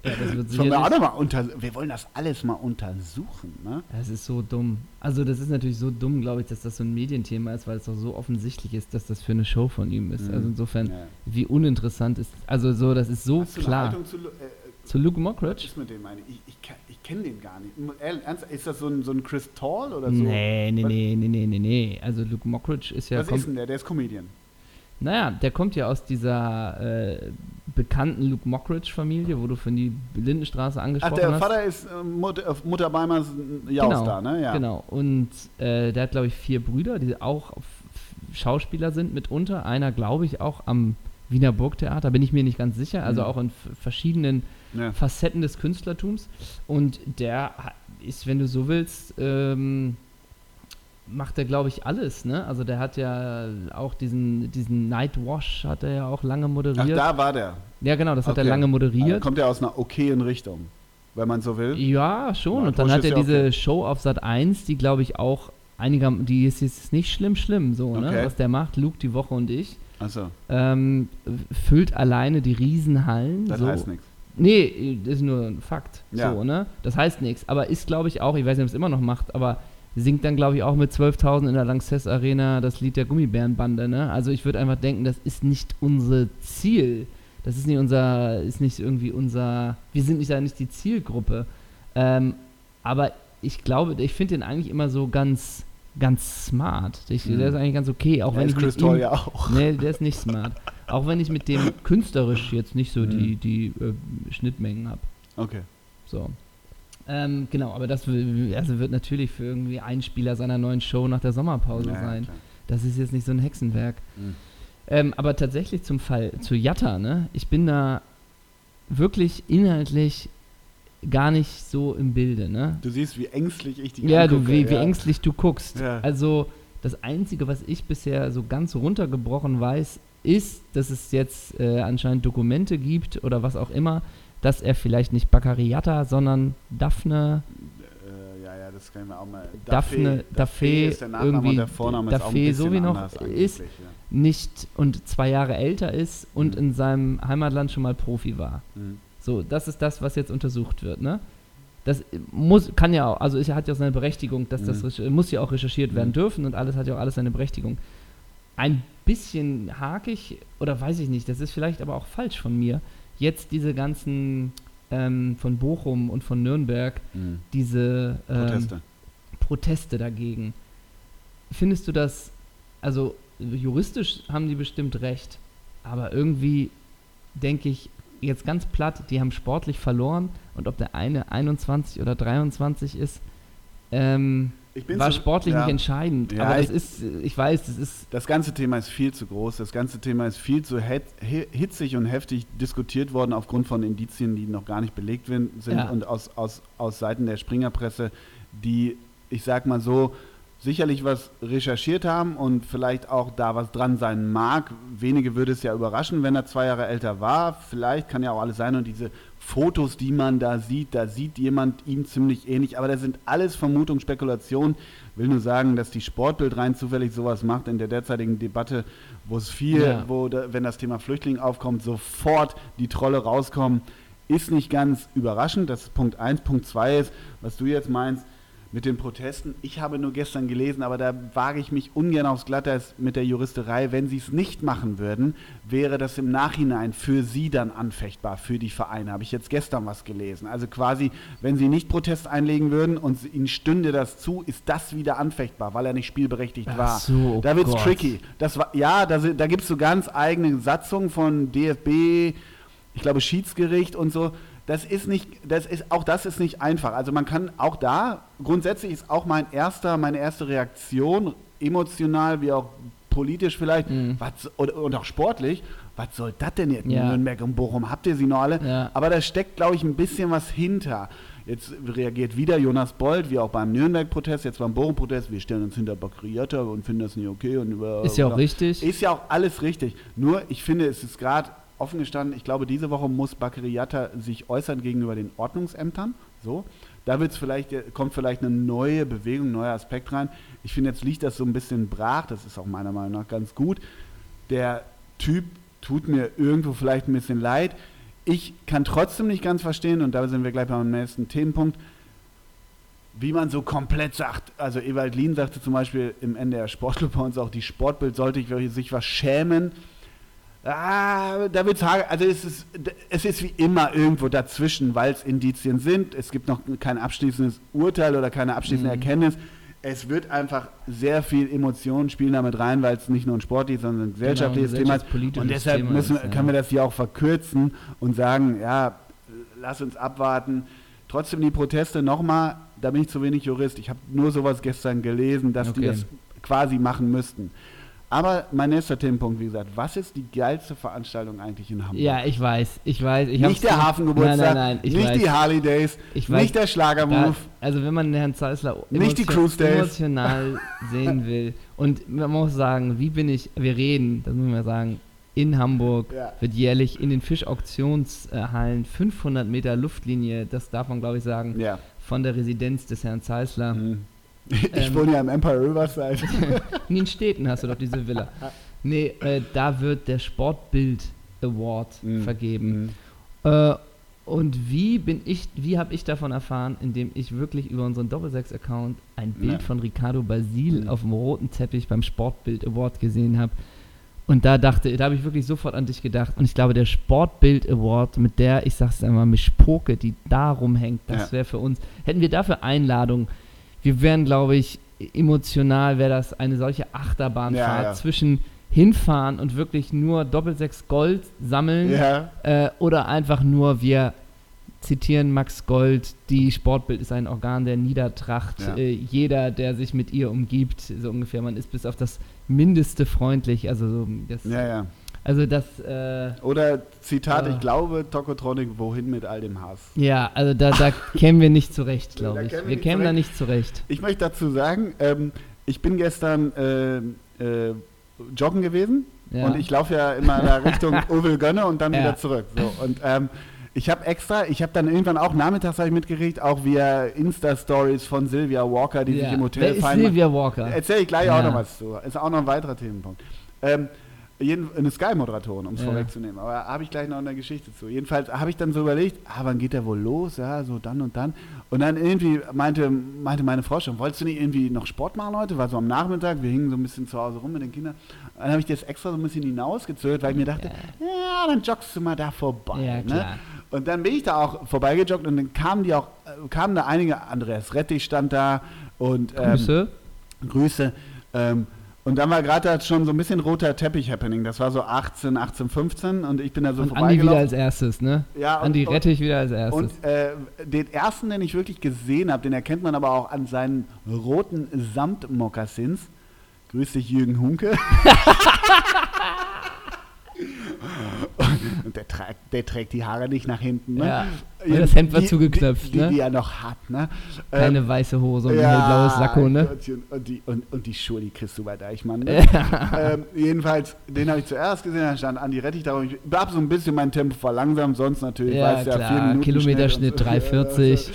E: Ja, das wird
D: Das wollen wir, auch
E: sicherlich-
D: noch mal unter wir wollen das alles mal untersuchen. Ne?
E: Das ist so dumm. Also das ist natürlich so dumm, glaube ich, dass das so ein Medienthema ist, weil es doch so offensichtlich ist, dass das für eine Show von ihm ist.
D: Mhm.
E: Also insofern,
D: Ja.
E: wie uninteressant ist. Also so, das ist so
D: Hast du eine
E: klar.
D: Haltung zu Lu- äh, äh,
E: Zu Luke
D: was
E: Mockridge?
D: ist mit dem meine? Ich, ich, ke- ich kenne den gar nicht. Mu- ehrlich, Ernst, ist das so ein, so ein Chris Tall oder so?
E: Nee, nee,
D: Was-
E: nee, nee, nee, nee, nee. Also Luke Mockridge ist ja
D: Was ist
E: kommt,
D: denn der? Der ist Comedian.
E: Naja, der kommt ja aus dieser äh, bekannten Luke Mockridge-Familie, wo du von die Lindenstraße
D: Ach,
E: angesprochen
D: der
E: hast.
D: Vater ist äh, Mut, äh, Mutter Beimers äh, Jaus
E: Genau,
D: da, ne? Ja.
E: Genau. Und äh, der hat, glaube ich, vier Brüder, die auch f- f- Schauspieler sind mitunter. Einer, glaube ich, auch am Wiener Burgtheater, bin ich mir nicht ganz sicher. Also
D: Mhm.
E: auch in f- verschiedenen
D: Ja.
E: Facetten des Künstlertums. Und der ha- ist, wenn du so willst, ähm, macht er, glaube ich, alles. Ne? Also der hat ja auch diesen, diesen Nightwash, hat er ja auch lange
D: Ach,
E: moderiert.
D: da war der.
E: ja, genau, das hat er
D: Okay.
E: lange
D: Also
E: moderiert.
D: kommt er aus einer okayen Richtung, wenn man so will.
E: Ja, schon.
D: Ja,
E: und dann
D: Bush
E: hat
D: ist
E: er
D: ja
E: diese
D: okay.
E: Show auf Sat 1, die glaube ich auch einiger, die ist jetzt nicht schlimm, schlimm, so, ne?
D: Okay.
E: Was der macht, Luke die Woche und ich.
D: Achso,
E: Ähm, füllt alleine die Riesenhallen.
D: das
E: so.
D: heißt nichts.
E: Nee, das ist nur ein Fakt.
D: Ja.
E: So, ne? Das heißt nichts. Aber ist, glaube ich, auch, ich weiß nicht, ob es immer noch macht, aber singt dann, glaube ich, auch mit 12.000 in der Lanxess Arena das Lied der Gummibärenbande, ne? Also ich würde einfach denken, das ist nicht unser Ziel. Das ist nicht unser, ist nicht irgendwie unser, wir sind nicht da nicht die Zielgruppe. Ähm, aber ich glaube, ich finde den eigentlich immer so ganz, ganz smart. Ich,
D: Mhm.
E: Der ist eigentlich ganz okay, auch
D: Ja,
E: wenn
D: ist
E: ich
D: Chris
E: mit ihm,
D: Tall ja auch.
E: Nee, der ist nicht smart. Auch wenn ich mit dem künstlerisch jetzt nicht so die, die äh, Schnittmengen habe.
D: Okay.
E: So. Ähm, genau, aber das w- also wird natürlich für irgendwie ein Spieler seiner neuen Show nach der Sommerpause
D: Naja,
E: sein.
D: klar.
E: Das ist jetzt nicht so ein Hexenwerk. Ähm, aber tatsächlich zum Fall, zu Jatta, ne? Ich bin da wirklich inhaltlich gar nicht so im Bilde, ne?
D: Du siehst, wie ängstlich ich die
E: Ja, du,
D: angucke,
E: wie, wie
D: ja.
E: ängstlich du guckst.
D: Ja.
E: Also, das Einzige, was ich bisher so ganz runtergebrochen weiß, ist, dass es jetzt äh, anscheinend Dokumente gibt oder was auch immer, dass er vielleicht nicht Baccariata, sondern Daphne,
D: Äh, ja, ja, das kann ich mir auch mal.
E: Daphne, Daphé,
D: ist der Nachname
E: irgendwie
D: und der Vorname ist auch ein
E: Daphé,
D: bisschen
E: so wie noch
D: anders
E: ist.
D: angeblich, Ja.
E: nicht und zwei Jahre älter ist und in seinem Heimatland schon mal Profi war.
D: Mhm.
E: So, das ist das, was jetzt untersucht wird, ne? Das muss, kann ja auch, also es hat ja auch seine Berechtigung, dass
D: Mhm.
E: das recher- muss ja auch recherchiert werden dürfen und alles hat ja auch alles seine Berechtigung. Ein bisschen hakig, oder weiß ich nicht, das ist vielleicht aber auch falsch von mir, jetzt diese ganzen ähm, von Bochum und von Nürnberg,
D: Mhm.
E: diese ähm,
D: Proteste.
E: Proteste dagegen. Findest du das, also juristisch haben die bestimmt recht, aber irgendwie denke ich jetzt ganz platt, die haben sportlich verloren und ob der eine 21 oder 23 ist, ähm,
D: Ich bin
E: war
D: so-
E: sportlich
D: ja.
E: nicht entscheidend.
D: Ja,
E: aber das
D: ich-
E: ist, ich weiß, das ist
D: Das ganze Thema ist viel zu groß. Das ganze Thema ist viel zu het- hi- hitzig und heftig diskutiert worden aufgrund von Indizien, die noch gar nicht belegt win- sind
E: Ja.
D: und aus, aus, aus Seiten der Springerpresse, die, ich sag mal so, sicherlich was recherchiert haben und vielleicht auch da was dran sein mag. Wenige würde es ja überraschen, wenn er zwei Jahre älter war. Vielleicht kann ja auch alles sein und diese Fotos, die man da sieht, da sieht jemand ihm ziemlich ähnlich, aber das sind alles Vermutungen, Spekulationen. Will nur sagen, dass die Sportbild rein zufällig sowas macht in der derzeitigen Debatte, wo es viel,
E: Ja.
D: wo da, wenn das Thema Flüchtling aufkommt, sofort die Trolle rauskommen, ist nicht ganz überraschend. Das ist Punkt 1. Punkt 2 ist, was du jetzt meinst mit den Protesten. Ich habe nur gestern gelesen, aber da wage ich mich ungern aufs Glatteis mit der Juristerei. Wenn sie es nicht machen würden, wäre das im Nachhinein für sie dann anfechtbar, für die Vereine. Habe ich jetzt gestern was gelesen. Also quasi, wenn sie nicht Protest einlegen würden und sie- ihnen stünde das zu, ist das wieder anfechtbar, weil er nicht spielberechtigt
E: Ach
D: war.
E: so, oh
D: da wird es
E: Gott.
D: tricky. Das war, ja, da, sind- da gibt es so ganz eigene Satzungen von DFB, ich glaube Schiedsgericht und so. Das ist nicht, das ist, auch das ist nicht einfach. Also man kann auch da, grundsätzlich ist auch mein erster, meine erste Reaktion, emotional wie auch politisch vielleicht, was, und, und auch sportlich, was soll das denn jetzt
E: Mhm. Ja.
D: in Nürnberg und Bochum? Habt ihr sie noch alle?
E: Ja.
D: Aber da steckt, glaube ich, ein bisschen was hinter. Jetzt reagiert wieder Jonas Bold, wie auch beim Nürnberg-Protest, jetzt beim Bochum-Protest. Wir stellen uns hinter Bakriata und finden das nicht okay. Und über,
E: Ist ja auch
D: oder-
E: richtig.
D: Genau. Ist ja auch alles richtig. Nur, ich finde, es ist gerade offen gestanden. Ich glaube, diese Woche muss Bakriata sich äußern gegenüber den Ordnungsämtern. So. Da wird's vielleicht, äh, kommt vielleicht eine neue Bewegung, ein neuer Aspekt rein. Ich finde, jetzt liegt das so ein bisschen brach. Das ist auch meiner Meinung nach ganz gut der Typ tut mir irgendwo vielleicht ein bisschen leid. Ich kann trotzdem nicht ganz verstehen, und da sind wir gleich beim nächsten Themenpunkt, wie man so komplett sagt. Also Ewald Lien sagte zum Beispiel im NDR Sportclub bei uns auch, die Sportbild sollte ich- sich was schämen. Ah, da wird's hage- also es ist, es ist wie immer irgendwo dazwischen, weil es Indizien sind. Es gibt noch kein abschließendes Urteil oder keine abschließende
E: Mhm.
D: Erkenntnis. Es wird einfach sehr viel Emotionen spielen damit rein, weil es nicht nur ein sportliches, sondern ein gesellschaftliches
E: Genau, ein
D: Thema ist.
E: gesellschaftspolitisches
D: Und deshalb
E: Thema
D: müssen,
E: ist, ja.
D: können wir das hier auch verkürzen und sagen, ja, lass uns abwarten. Trotzdem die Proteste nochmal, da bin ich zu wenig Jurist. Ich habe nur sowas gestern gelesen, dass die
E: Okay.
D: das quasi machen müssten. Aber mein nächster Themenpunkt, wie gesagt, was ist die geilste Veranstaltung eigentlich in Hamburg?
E: Ja, ich weiß, ich weiß. Ich hab's
D: nicht der
E: schon-
D: Hafengeburtstag,
E: Nein, nein, nein, ich
D: nicht
E: weiß.
D: die Harley Days,
E: Ich weiß,
D: nicht der
E: Da,
D: Schlagermove.
E: also wenn man Herrn Zeissler
D: Nicht die Cruise Days.
E: emotional sehen will und man muss sagen, wie bin ich, wir reden, das muss man sagen, in Hamburg
D: Ja.
E: wird jährlich in den Fischauktionshallen 500 Meter Luftlinie, das darf man glaube ich sagen,
D: Ja. Mhm.
E: von der Residenz des Herrn Zeissler.
D: Ich
E: Ähm.
D: wohne ja im Empire Riverside.
E: Und in Städten hast du doch diese Villa. Nee, äh, da wird der Sportbild Award
D: Mm,
E: vergeben. Äh, und wie bin ich, wie habe ich davon erfahren, indem ich wirklich über unseren Doppelsechs-Account ein Bild
D: Ja. Mm.
E: von Ricardo Basil auf dem roten Teppich beim Sportbild Award gesehen habe. Und da dachte, da habe ich wirklich sofort an dich gedacht. Und ich glaube, der Sportbild Award, mit der, ich sag's einmal, Mischpoke, die da rumhängt, das
D: Ja.
E: wäre für uns, hätten wir dafür Einladung, wir wären, glaube ich, emotional wäre das eine solche
D: Ja,
E: Achterbahnfahrt
D: ja.
E: zwischen hinfahren und wirklich nur Doppelsechs Gold sammeln
D: ja.
E: äh, oder einfach nur wir zitieren Max Gold, die Sportbild ist ein Organ der Niedertracht,
D: Ja.
E: äh, jeder, der sich mit ihr umgibt, so ungefähr, man ist bis auf das mindeste freundlich. Also, so, das,
D: Ja, ja.
E: also das, äh,
D: Oder Zitat,
E: Ah.
D: ich glaube, Tokotronic, wohin mit all dem Hass?
E: ja, also da, da kämen wir nicht zurecht,
D: Da
E: glaube ich.
D: kämen wir
E: Wir
D: nicht
E: kämen da
D: zurecht.
E: nicht zurecht.
D: Ich möchte dazu sagen, ähm, ich bin gestern ähm, äh, joggen gewesen
E: Ja.
D: und ich laufe ja immer da Richtung Uwe Gönne und dann
E: Ja.
D: wieder zurück. So. Und ähm, ich habe extra, ich habe dann irgendwann auch nachmittags habe ich mitgekriegt, auch via Insta-Stories von Sylvia Walker, die sich
E: Ja.
D: im
E: Wer
D: Hotel
E: ist
D: fein macht.
E: Sylvia Walker?
D: Erzähle ich gleich
E: Ja.
D: auch noch was zu. Ist auch noch ein weiterer Themenpunkt. Ähm, jeden, eine Sky-Moderatorin, um es
E: Ja.
D: vorwegzunehmen. Aber habe ich gleich noch eine Geschichte zu. Jedenfalls habe ich dann so überlegt, ah, wann geht der wohl los? Ja, so dann und dann. Und dann irgendwie meinte, meinte meine Frau schon, wolltest du nicht irgendwie noch Sport machen heute? War so am Nachmittag, wir hingen so ein bisschen zu Hause rum mit den Kindern. Und dann habe ich das extra so ein bisschen hinausgezögert, weil ich mir dachte, ja, dann joggst du mal da vorbei.
E: Ja,
D: ne?
E: klar.
D: Und dann bin ich da auch vorbeigejoggt und dann kamen die auch, äh, kamen da einige, Andreas Rettich stand da und ähm,
E: Grüße.
D: Grüße. Ähm, und dann war gerade da schon so ein bisschen roter Teppich happening. Das war so 18, 18, 15 und ich bin da so
E: und Andi wieder als
D: vorbeigelaufen.
E: erstes, ne?
D: Ja, und-
E: Andi
D: und-
E: rette ich wieder als erstes.
D: Und äh, den ersten, den ich wirklich gesehen habe, den erkennt man aber auch an seinen roten Samtmokassins. Grüß dich, Jürgen Hunke. und der, tra der trägt die Haare nicht nach hinten. Ne?
E: Ja, und das Hemd war
D: Die-
E: zugeknöpft,
D: Die, die,
E: ne?
D: die er noch hat. Ne? Ähm,
E: Keine weiße Hose und hellblaues Sakko, ne?
D: Gottchen. Und die, und, und die Schuhe, die kriegst du bei Deichmann. Ne?
E: Ja.
D: ähm, jedenfalls, den habe ich zuerst gesehen, da stand Andi Rettich da. und Ich habe so ein bisschen mein Tempo verlangsamt, sonst natürlich,
E: Ja,
D: weißt du, ja,
E: klar.
D: vier Minuten
E: Kilometerschnitt
D: Schnitt und so.
E: 3,40.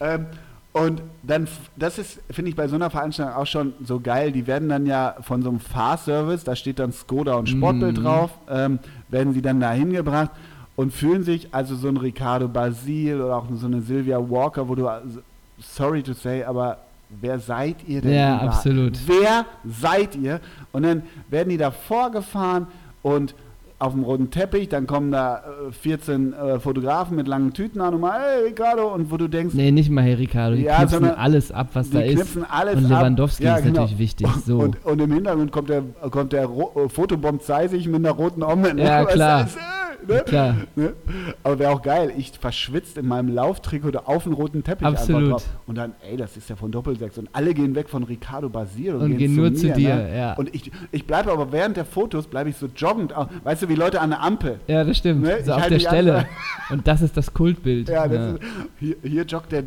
D: ähm, und dann, f- das ist, finde ich, bei so einer Veranstaltung auch schon so geil. Die werden dann ja von so einem Fahrservice, da steht dann Skoda und
E: Mhm.
D: Sportbild drauf, ähm, werden sie dann da hingebracht und fühlen sich, also so ein Ricardo Basil oder auch so eine Sylvia Walker, wo du, also, sorry to say, aber wer seid ihr denn?
E: Ja,
D: überhaupt?
E: absolut.
D: Wer seid ihr? Und dann werden die da vorgefahren und auf dem roten Teppich, dann kommen da äh, 14 äh, Fotografen mit langen Tüten an und mal, hey Ricardo, und wo du denkst,
E: Nee, nicht mal Ricardo. Die
D: Ja,
E: knipsen
D: sondern
E: alles ab, was
D: die
E: da ist.
D: knipsen alles
E: und
D: ab.
E: Lewandowski
D: Ja,
E: ist
D: genau.
E: natürlich wichtig. So.
D: Und, und im Hintergrund kommt der, kommt der Ro äh, Fotobomb Zeisig mit einer roten Omne. ne?
E: Ja,
D: Was
E: klar.
D: ist das? Ne?
E: Klar.
D: Ne? Aber wäre auch geil. Ich verschwitzt in meinem Lauftrikot oder auf den roten Teppich
E: Absolut.
D: einfach drauf. Und dann, ey, das ist ja von Doppelsechs. Und alle gehen weg von Ricardo Basir und,
E: Und gehen nur zu
D: mir,
E: dir,
D: ne?
E: ja.
D: Und ich, ich bleibe aber während der Fotos, bleibe ich so joggend. auch- Weißt du, wie Leute an der Ampel.
E: ja, das stimmt.
D: Ne, ich
E: so auf
D: halt
E: der
D: die
E: Stelle.
D: andere-
E: Und das ist das Kultbild. ne?
D: Ja, das
E: Ja.
D: Ist, hier, hier joggt der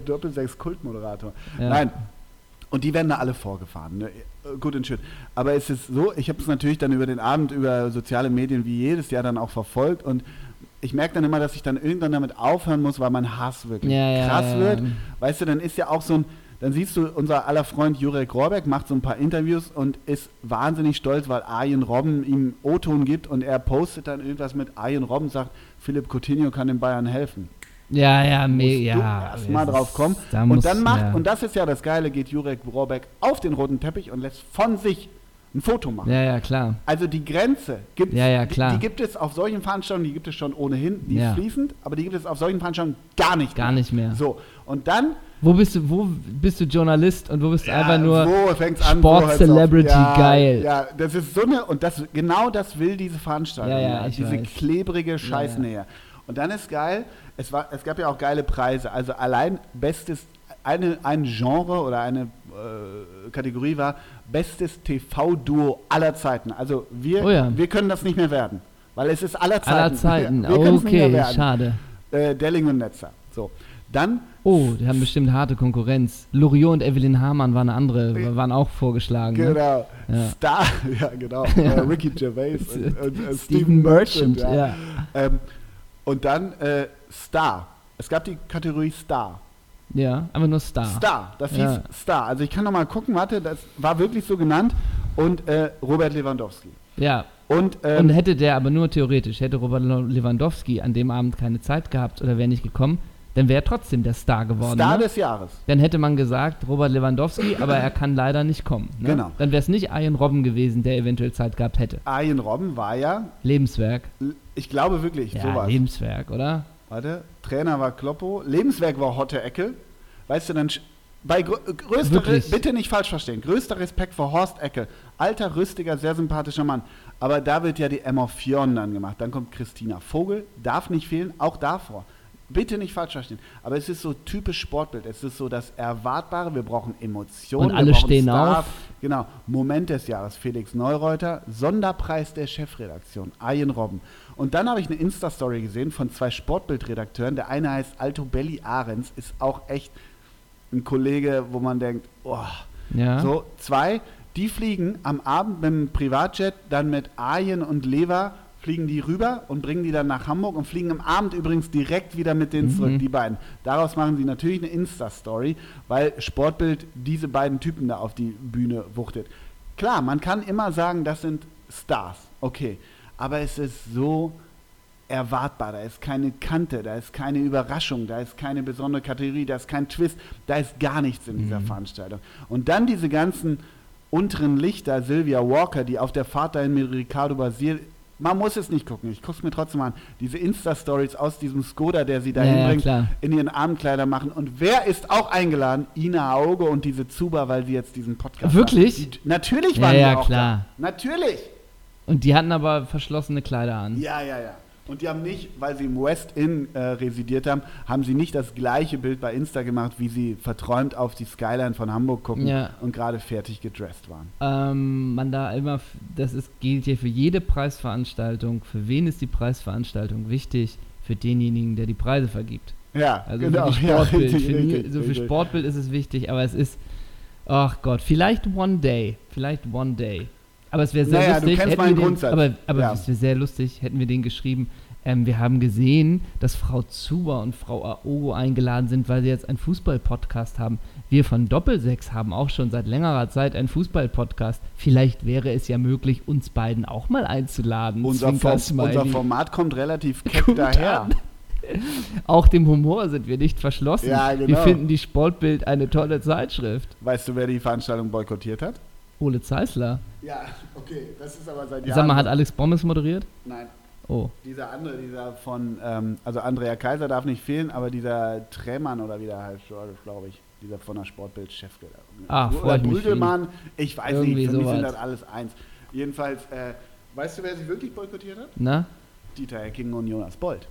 D: Doppelsechs-Kultmoderator.
E: Ja.
D: Nein. Und die werden da alle vorgefahren. Ne? Äh, Gut und schön. Aber es ist so, ich habe es natürlich dann über den Abend, über soziale Medien wie jedes Jahr dann auch verfolgt und ich merke dann immer, dass ich dann irgendwann damit aufhören muss, weil mein Hass wirklich
E: Ja, ja,
D: krass
E: ja, ja.
D: wird. Weißt du, dann ist ja auch so ein, dann siehst du, unser aller Freund Jurek Rohrbeck macht so ein paar Interviews und ist wahnsinnig stolz, weil Arjen Robben ihm O-Ton gibt und er postet dann irgendwas mit Arjen Robben, sagt, Philipp Coutinho kann den Bayern helfen
E: ja, ja,
D: musst
E: me,
D: du
E: ja.
D: erstmal
E: Das-
D: drauf kommen.
E: Da muss,
D: und dann macht,
E: ja.
D: und das ist ja das Geile, geht Jurek Rohrbeck auf den roten Teppich und lässt von sich ein Foto machen.
E: Ja, ja, klar.
D: Also die Grenze gibt
E: Ja, ja, klar.
D: Die, die gibt es auf solchen Veranstaltungen, die gibt es schon ohnehin, die
E: Ja.
D: ist fließend, aber die gibt es auf solchen Veranstaltungen gar nicht.
E: Gar nicht mehr.
D: So, und dann
E: Wo bist du, wo bist du Journalist und wo bist du einfach nur.
D: wo fängt's an,
E: Sport
D: wo hört's
E: Celebrity,
D: auf? ja,
E: geil.
D: Ja, das ist so eine und das genau das will diese Veranstaltung,
E: Ja, ja, ich
D: diese
E: weiß.
D: klebrige Scheißnähe. Und dann ist geil, es war es gab ja auch geile Preise, also allein bestes eine, ein Genre oder eine äh, Kategorie war bestes TV-Duo aller Zeiten. Also wir
E: Oh ja.
D: wir können das nicht mehr werden, weil es ist aller Zeiten.
E: Aller Zeiten.
D: Wir, wir können's nicht mehr
E: Okay,
D: werden.
E: schade.
D: Äh, Delling und Netzer. So, dann
E: Oh, die haben bestimmt harte Konkurrenz. Loriot und Evelyn Hamann waren eine andere,
D: Ja.
E: waren auch vorgeschlagen. Ne?
D: Genau.
E: Ja.
D: Star, ja genau. Äh, Ricky Gervais und, und, äh, Stephen
E: Stephen
D: Merchant.
E: Merchant,
D: Ja.
E: ja.
D: Ähm, und dann äh, Star. Es gab die Kategorie Star.
E: Ja, einfach nur Star.
D: Star, das hieß
E: Ah. Ja.
D: Star. Also ich kann noch mal gucken, warte, das war wirklich so genannt. Und äh, Robert Lewandowski.
E: Ja.
D: Und,
E: Und
D: ähm,
E: hätte der aber nur theoretisch, hätte Robert Lewandowski an dem Abend keine Zeit gehabt oder wäre nicht gekommen, dann wäre er trotzdem der Star geworden.
D: Star
E: ne?
D: des Jahres.
E: Dann hätte man gesagt, Robert Lewandowski, aber er kann leider nicht kommen. Ne?
D: Genau.
E: Dann wäre es nicht Ian Robben gewesen, der eventuell Zeit gehabt hätte.
D: Arjen Robben war ja,
E: Lebenswerk.
D: ich glaube wirklich,
E: Ja,
D: sowas.
E: Lebenswerk, oder?
D: Warte, Trainer war Kloppo, Lebenswerk war Hotte Eckel. Weißt du, dann sch- bei grö größter
E: Wirklich?
D: bitte nicht falsch verstehen, größter Respekt vor Horst Eckel. Alter, rüstiger, sehr sympathischer Mann. Aber da wird ja die Emma Fjorn dann gemacht. Dann kommt Christina Vogel, darf nicht fehlen, auch davor. Bitte nicht falsch verstehen, aber es ist so typisch Sportbild. Es ist so das Erwartbare. Wir brauchen Emotionen.
E: Und alle
D: wir brauchen
E: stehen
D: Star.
E: auf.
D: Genau. Moment des Jahres. Felix Neureuter, Sonderpreis der Chefredaktion. Ayen Robben. Und dann habe ich eine Insta-Story gesehen von zwei Sportbildredakteuren. Der eine heißt Alto Belli Ahrens, ist auch echt ein Kollege, wo man denkt, oh.
E: Ja.
D: So, zwei, die fliegen am Abend mit dem Privatjet, dann mit Arjen und Lever fliegen die rüber und bringen die dann nach Hamburg und fliegen am Abend übrigens direkt wieder mit denen zurück, die beiden. Daraus machen sie natürlich eine Insta-Story, weil Sportbild diese beiden Typen da auf die Bühne wuchtet. Klar, man kann immer sagen, das sind Stars, okay, aber es ist so erwartbar, da ist keine Kante, da ist keine Überraschung, da ist keine besondere Kategorie, da ist kein Twist, da ist gar nichts in
E: Mhm.
D: dieser Veranstaltung. Und dann diese ganzen unteren Lichter, Sylvia Walker, die auf der Fahrt dahin mit Ricardo Basil, man muss es nicht gucken, ich gucke es mir trotzdem an, diese Insta-Stories aus diesem Skoda, der sie dahin
E: Ja, ja,
D: bringt,
E: klar.
D: in ihren Abendkleider machen. Und wer ist auch eingeladen? Ina Auge und diese Zuba, weil sie jetzt diesen Podcast
E: Wirklich?
D: machen. Die- Natürlich
E: Ja,
D: waren
E: ja,
D: die auch
E: klar.
D: Da. Natürlich.
E: Und die hatten aber verschlossene Kleider an.
D: Ja, ja, ja. Und die haben nicht, weil sie im West Inn äh, residiert haben, haben sie nicht das gleiche Bild bei Insta gemacht, wie sie verträumt auf die Skyline von Hamburg gucken
E: Ja.
D: und gerade fertig gedresst waren.
E: Ähm, man da immer, f- das ist, gilt ja für jede Preisveranstaltung. Für wen ist die Preisveranstaltung wichtig? Für denjenigen, der die Preise vergibt.
D: Ja,
E: Also
D: genau.
E: für, die
D: ja,
E: Sportbild,
D: richtig,
E: für,
D: richtig,
E: so für
D: richtig.
E: Sportbild ist es wichtig, aber es ist, ach Gott, vielleicht one day, vielleicht one day. Aber es wäre sehr
D: Naja, du
E: lustig.
D: kennst
E: hätten
D: meinen
E: wir den,
D: Grundsatz.
E: aber aber
D: Ja.
E: es wäre sehr lustig, hätten wir den geschrieben. Ähm, wir haben gesehen, dass Frau Zuber und Frau Aogo eingeladen sind, weil sie jetzt einen Fußball-Podcast haben. Wir von Doppelsechs haben auch schon seit längerer Zeit einen Fußball-Podcast. Vielleicht wäre es ja möglich, uns beiden auch mal einzuladen.
D: Unser,
E: Zwinker,
D: Form,
E: Smiley.
D: unser Format kommt relativ keck
E: Kommt
D: daher.
E: an. Auch dem Humor sind wir nicht verschlossen.
D: Ja,
E: Wir
D: genau.
E: finden die Sportbild eine tolle Zeitschrift.
D: Weißt du, wer die Veranstaltung boykottiert hat?
E: Ole Zeisler.
D: Ja, okay. Das ist aber seit
E: Sag mal, hat Alex Bommes moderiert?
D: Nein.
E: Oh.
D: Dieser andere, dieser von, ähm, also Andrea Kaiser darf nicht fehlen, aber dieser Trämann oder wie der heißt, glaube ich, dieser von der Sportbild-Chefredaktion.
E: Ah,
D: Oder
E: freut mich für ihn.
D: Brügelmann, ich weiß
E: Irgendwie
D: nicht, für mich
E: sowas.
D: sind das alles eins. Jedenfalls, äh, weißt du, wer sie wirklich boykottiert hat?
E: Na?
D: Dieter Hecking und Jonas Bold.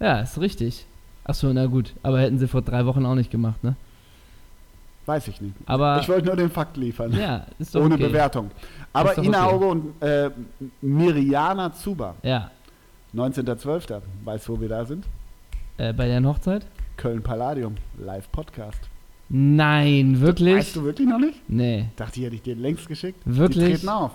E: Ja, ist richtig. Achso, na gut. Aber hätten sie vor drei Wochen auch nicht gemacht, ne?
D: Weiß ich nicht.
E: Aber.
D: ich wollte nur den Fakt liefern.
E: Ah. ja, ist doch
D: Ohne
E: okay.
D: Bewertung. Aber
E: doch
D: Ina
E: okay.
D: Auge und äh, Miriana Zuba,
E: Ja.
D: 19.12. Weißt du, wo wir da sind?
E: Äh, bei deren Hochzeit?
D: Köln Palladium, Live-Podcast.
E: Nein, wirklich?
D: Weißt du wirklich noch nicht?
E: Nee.
D: Dachte, ich hätte ich dir längst geschickt.
E: Wirklich?
D: Die treten auf.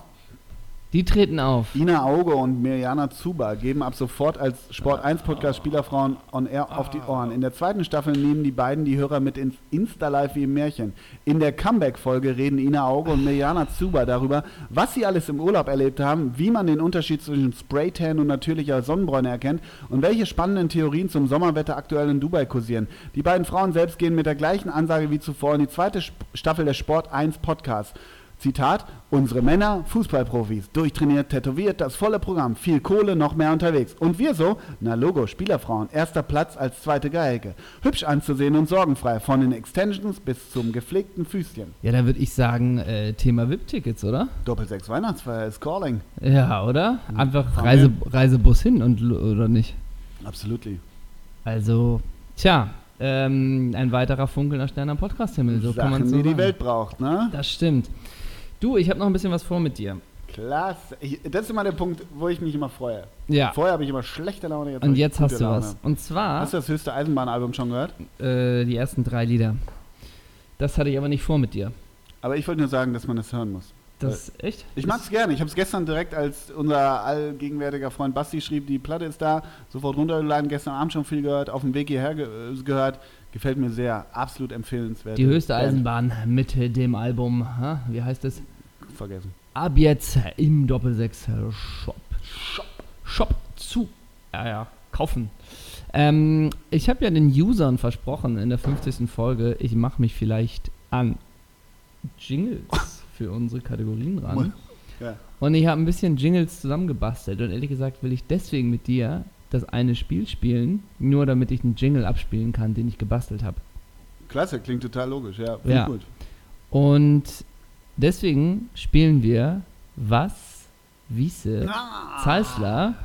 E: Die treten auf.
D: Ina Auge und Mirjana Zuba geben ab sofort als Sport 1 Podcast Spielerfrauen on Air auf die Ohren. In der zweiten Staffel nehmen die beiden die Hörer mit ins Insta-Live wie im Märchen. In der Comeback-Folge reden Ina Auge und Mirjana Zuba darüber, was sie alles im Urlaub erlebt haben, wie man den Unterschied zwischen Spraytan und natürlicher Sonnenbräune erkennt und welche spannenden Theorien zum Sommerwetter aktuell in Dubai kursieren. Die beiden Frauen selbst gehen mit der gleichen Ansage wie zuvor in die zweite Sp- Staffel der Sport 1 Podcasts. Zitat, unsere Männer, Fußballprofis, durchtrainiert, tätowiert, das volle Programm, viel Kohle, noch mehr unterwegs. Und wir so, na Logo, Spielerfrauen, erster Platz als zweite Geige. Hübsch anzusehen und sorgenfrei, von den Extensions bis zum gepflegten Füßchen.
E: Ja, dann würde ich sagen, äh, Thema VIP-Tickets, oder?
D: Doppelsechs Weihnachtsfeier ist calling.
E: Ja, oder? Einfach
D: Hm. Fahren
E: Reise, Reisebus hin und lo- oder nicht?
D: Absolutely.
E: Also, tja, ähm, ein weiterer funkelnder Stern am Podcast-Himmel, so kann man
D: Sachen,
E: so
D: die
E: sagen.
D: die Welt braucht, ne?
E: Das stimmt. Du, ich habe noch ein bisschen was vor mit dir.
D: Klasse. Ich, das ist immer der Punkt, wo ich mich immer freue.
E: Ja.
D: Vorher habe ich immer schlechte Laune. Jetzt habe
E: Und
D: ich
E: jetzt
D: gute
E: hast du
D: Laune.
E: was. Und zwar
D: Hast du das höchste Eisenbahnalbum schon gehört?
E: äh, die ersten drei Lieder. Das hatte ich aber nicht vor mit dir.
D: Aber ich wollte nur sagen, dass man das hören muss.
E: Das echt?
D: Äh, Ich mag's gerne. Ich habe es gestern direkt, als unser allgegenwärtiger Freund Basti schrieb, die Platte ist da, sofort runtergeladen. Gestern Abend schon viel gehört, auf dem Weg hierher ge äh, gehört. Gefällt mir sehr. Absolut empfehlenswert.
E: Die höchste
D: Band.
E: Eisenbahn mit dem Album, ha, wie heißt es?
D: Vergessen.
E: Ab jetzt im Doppelsechs Shop. Shop. Shop zu. Ja, ja, kaufen. Ähm, ich habe ja den Usern versprochen in der 50. Folge, ich mache mich vielleicht an Jingles für unsere Kategorien ran.
D: Ja.
E: Und ich habe ein bisschen Jingles zusammengebastelt. Und ehrlich gesagt will ich deswegen mit dir das eine Spiel spielen, nur damit ich einen Jingle abspielen kann, den ich gebastelt habe.
D: Klasse, klingt total logisch. Ja, finde
E: Ja.
D: ich gut.
E: Und deswegen spielen wir Was, Wiese,
D: Ah.
E: Zeisler.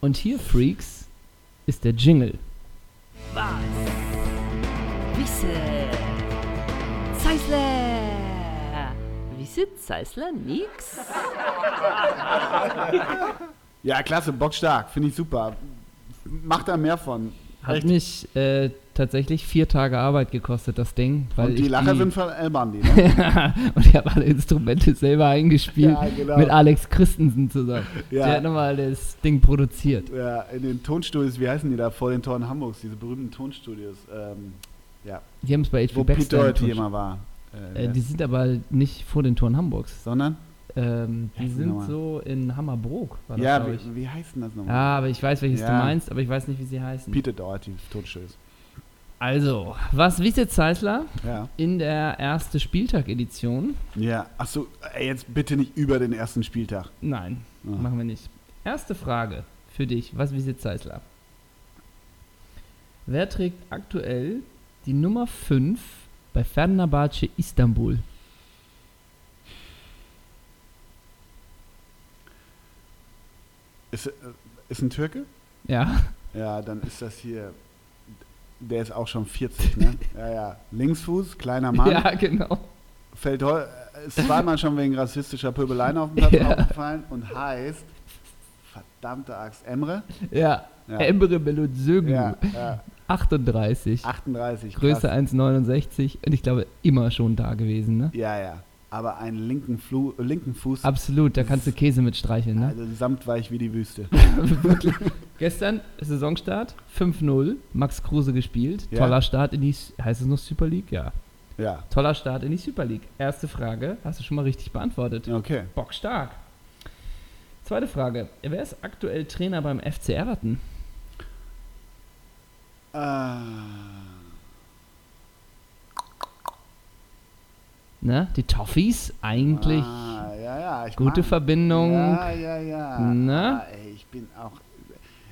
E: Und hier, Freaks, ist der Jingle.
F: Spaß. Wisse. Zeissler. Wisse Zeissler nix?
D: Ja, klasse, bockstark, finde ich super. Macht da mehr von.
E: Hat
D: Echt.
E: mich äh, tatsächlich vier Tage Arbeit gekostet, das Ding. Weil
D: Und die
E: ich
D: Lacher sind von El Bandi, ne?
E: und ich habe alle Instrumente selber eingespielt
D: Ja, genau.
E: mit Alex Christensen zusammen.
D: Ja.
E: Der hat nochmal das Ding produziert.
D: ja, in den Tonstudios, wie heißen die da, vor den Toren Hamburgs, diese berühmten Tonstudios, ähm, ja,
E: Die haben es bei
D: wo
E: HB
D: Pete
E: Baxter
D: Doherty
E: getuscht.
D: immer war. Äh,
E: äh, Die sind aber nicht vor den Toren Hamburgs.
D: sondern?
E: Ähm, die
D: Ja,
E: sind
D: genau.
E: so in Hammerbrook, war das,
D: Ja,
E: glaub ich. Ah,
D: wie, wie heißt denn das nochmal?
E: Ja, aber ich weiß, welches du
D: Ja.
E: meinst, aber ich weiß nicht, wie sie heißen.
D: Peter Doherty, Tonstudios.
E: Also, was wisset Zeisler
D: Ja.
E: in der erste Spieltag-Edition?
D: Ja, achso, ey, jetzt bitte nicht über den ersten Spieltag.
E: Nein,
D: Ah.
E: machen wir nicht. Erste Frage für dich. Was wisset Zeisler? Wer trägt aktuell die Nummer 5 bei Fernabahce Istanbul?
D: Ist, äh, ist ein Türke?
E: Ja,
D: Ja, dann ist das hier. Der ist auch schon 40, ne? Ja, ja. Linksfuß, kleiner Mann.
E: ja genau.
D: Fällt heu- äh, ist zweimal schon wegen rassistischer Pöbeleien auf dem Platz
E: Ja.
D: aufgefallen und heißt. Verdammte Axt, Emre?
E: Ja,
D: Ja.
E: Emre Belözoğlu,
D: Ja, ja
E: 38,
D: 38.
E: Größe
D: krass.
E: 1,69 und ich glaube immer schon da gewesen, ne?
D: Ja, ja. Aber einen linken, Flu linken Fuß.
E: Absolut, da kannst du Käse mit streicheln, ne?
D: Also samtweich wie die Wüste.
E: Gestern Saisonstart 5-0, Max Kruse gespielt.
D: Ja.
E: Toller Start in die, S- heißt es noch Super League? Ja.
D: Ja,
E: Toller Start in die Super League. Erste Frage, hast du schon mal richtig beantwortet.
D: okay.
E: Bockstark. Zweite Frage, wer ist aktuell Trainer beim FC Everton?
D: Ah.
E: Ne? Die Toffees, eigentlich
D: Ah, ja, ja, ich
E: gute
D: mag-
E: Verbindung.
D: Ja, ja, ja.
E: Ne?
D: Ah, ey, ich bin auch.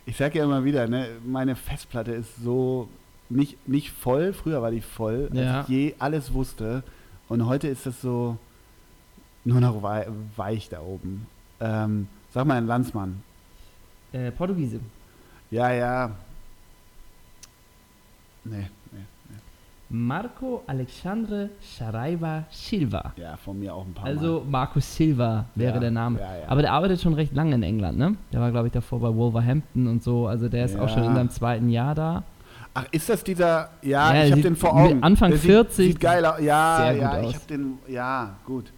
D: Ich sag ja immer wieder, ne, meine Festplatte ist so nicht, nicht voll. Früher war die voll,
E: Ja.
D: als ich je alles wusste. Und heute ist das so nur noch wei weich da oben. Ähm, sag mal, ein Landsmann.
E: Äh, Portugiese.
D: Ja, ja. Nee, nee.
E: Marco Alexandre Saraiva Silva.
D: Ja, von mir auch ein paar Mal.
E: Also Markus Silva wäre
D: Ja,
E: der Name.
D: ja, ja.
E: Aber der arbeitet schon recht lange in England, ne? Der war, glaube ich, davor bei Wolverhampton und so. Also der ist auch schon
D: Ja.
E: in seinem zweiten Jahr da.
D: Ach, ist das dieser? Ja,
E: Ja,
D: ich habe
E: sieht
D: den vor
E: mit
D: Augen.
E: Anfang
D: Der
E: 40
D: Sieht, sieht geil aus. Ja,
E: sehr
D: ja,
E: gut
D: ich
E: aus.
D: habe den. Ja, gut.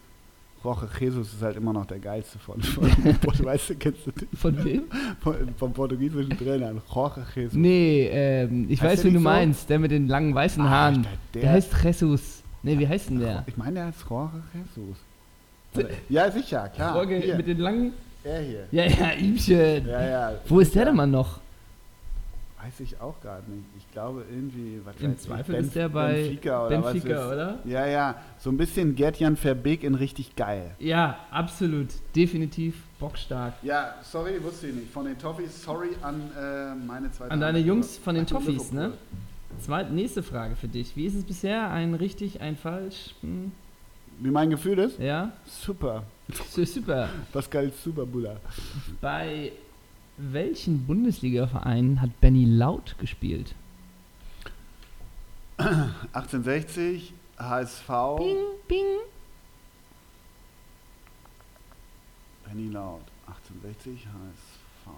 D: Roche Jesus ist halt immer noch der geilste von, von weißt du, kennst du den?
E: Von wem?
D: Von, vom portugiesischen Trainer. Roche Jesus.
E: Nee, ähm, ich
D: Heißt
E: weiß,
D: der
E: wen du
D: nicht so?
E: meinst. Der mit den langen weißen
D: Ah,
E: Haaren.
D: der-
E: der,
D: der-
E: heißt Jesus. Nee, wie heißt denn der?
D: Ich meine, der heißt Roche Jesus. Ja, sicher, klar.
E: Jorge
D: hier,
E: mit den langen...
D: er hier.
E: Ja, ja, Ihmchen.
D: Ja, ja.
E: Wo ist der
D: sicher.
E: denn mal noch?
D: Weiß ich auch gerade nicht. Ich glaube irgendwie, was
E: Im
D: weiß ich,
E: Zweifel
D: Benf-
E: ist der bei
D: Benfica oder
E: Benfica,
D: was ist-
E: oder?
D: Ja, ja. So ein bisschen Gerd-Jan Verbeek in richtig geil.
E: Ja, absolut. Definitiv bockstark.
D: Ja, sorry, wusste ich nicht. Von den Toffees, sorry an äh, meine zweite
E: An deine
D: Antwort.
E: Jungs von den Toffees,
D: Liverpool.
E: ne? Zweit, nächste Frage für dich. Wie ist es bisher? Ein richtig, ein falsch? Hm,
D: Wie mein Gefühl ist?
E: ja,
D: Super.
E: Su- super.
D: Pascal ist super, Bulla.
E: Bei welchen Bundesliga-Vereinen hat Benny Laut gespielt?
D: 1860, HSV,
E: Bing, bing.
D: Penny Laut. 1860, HSV.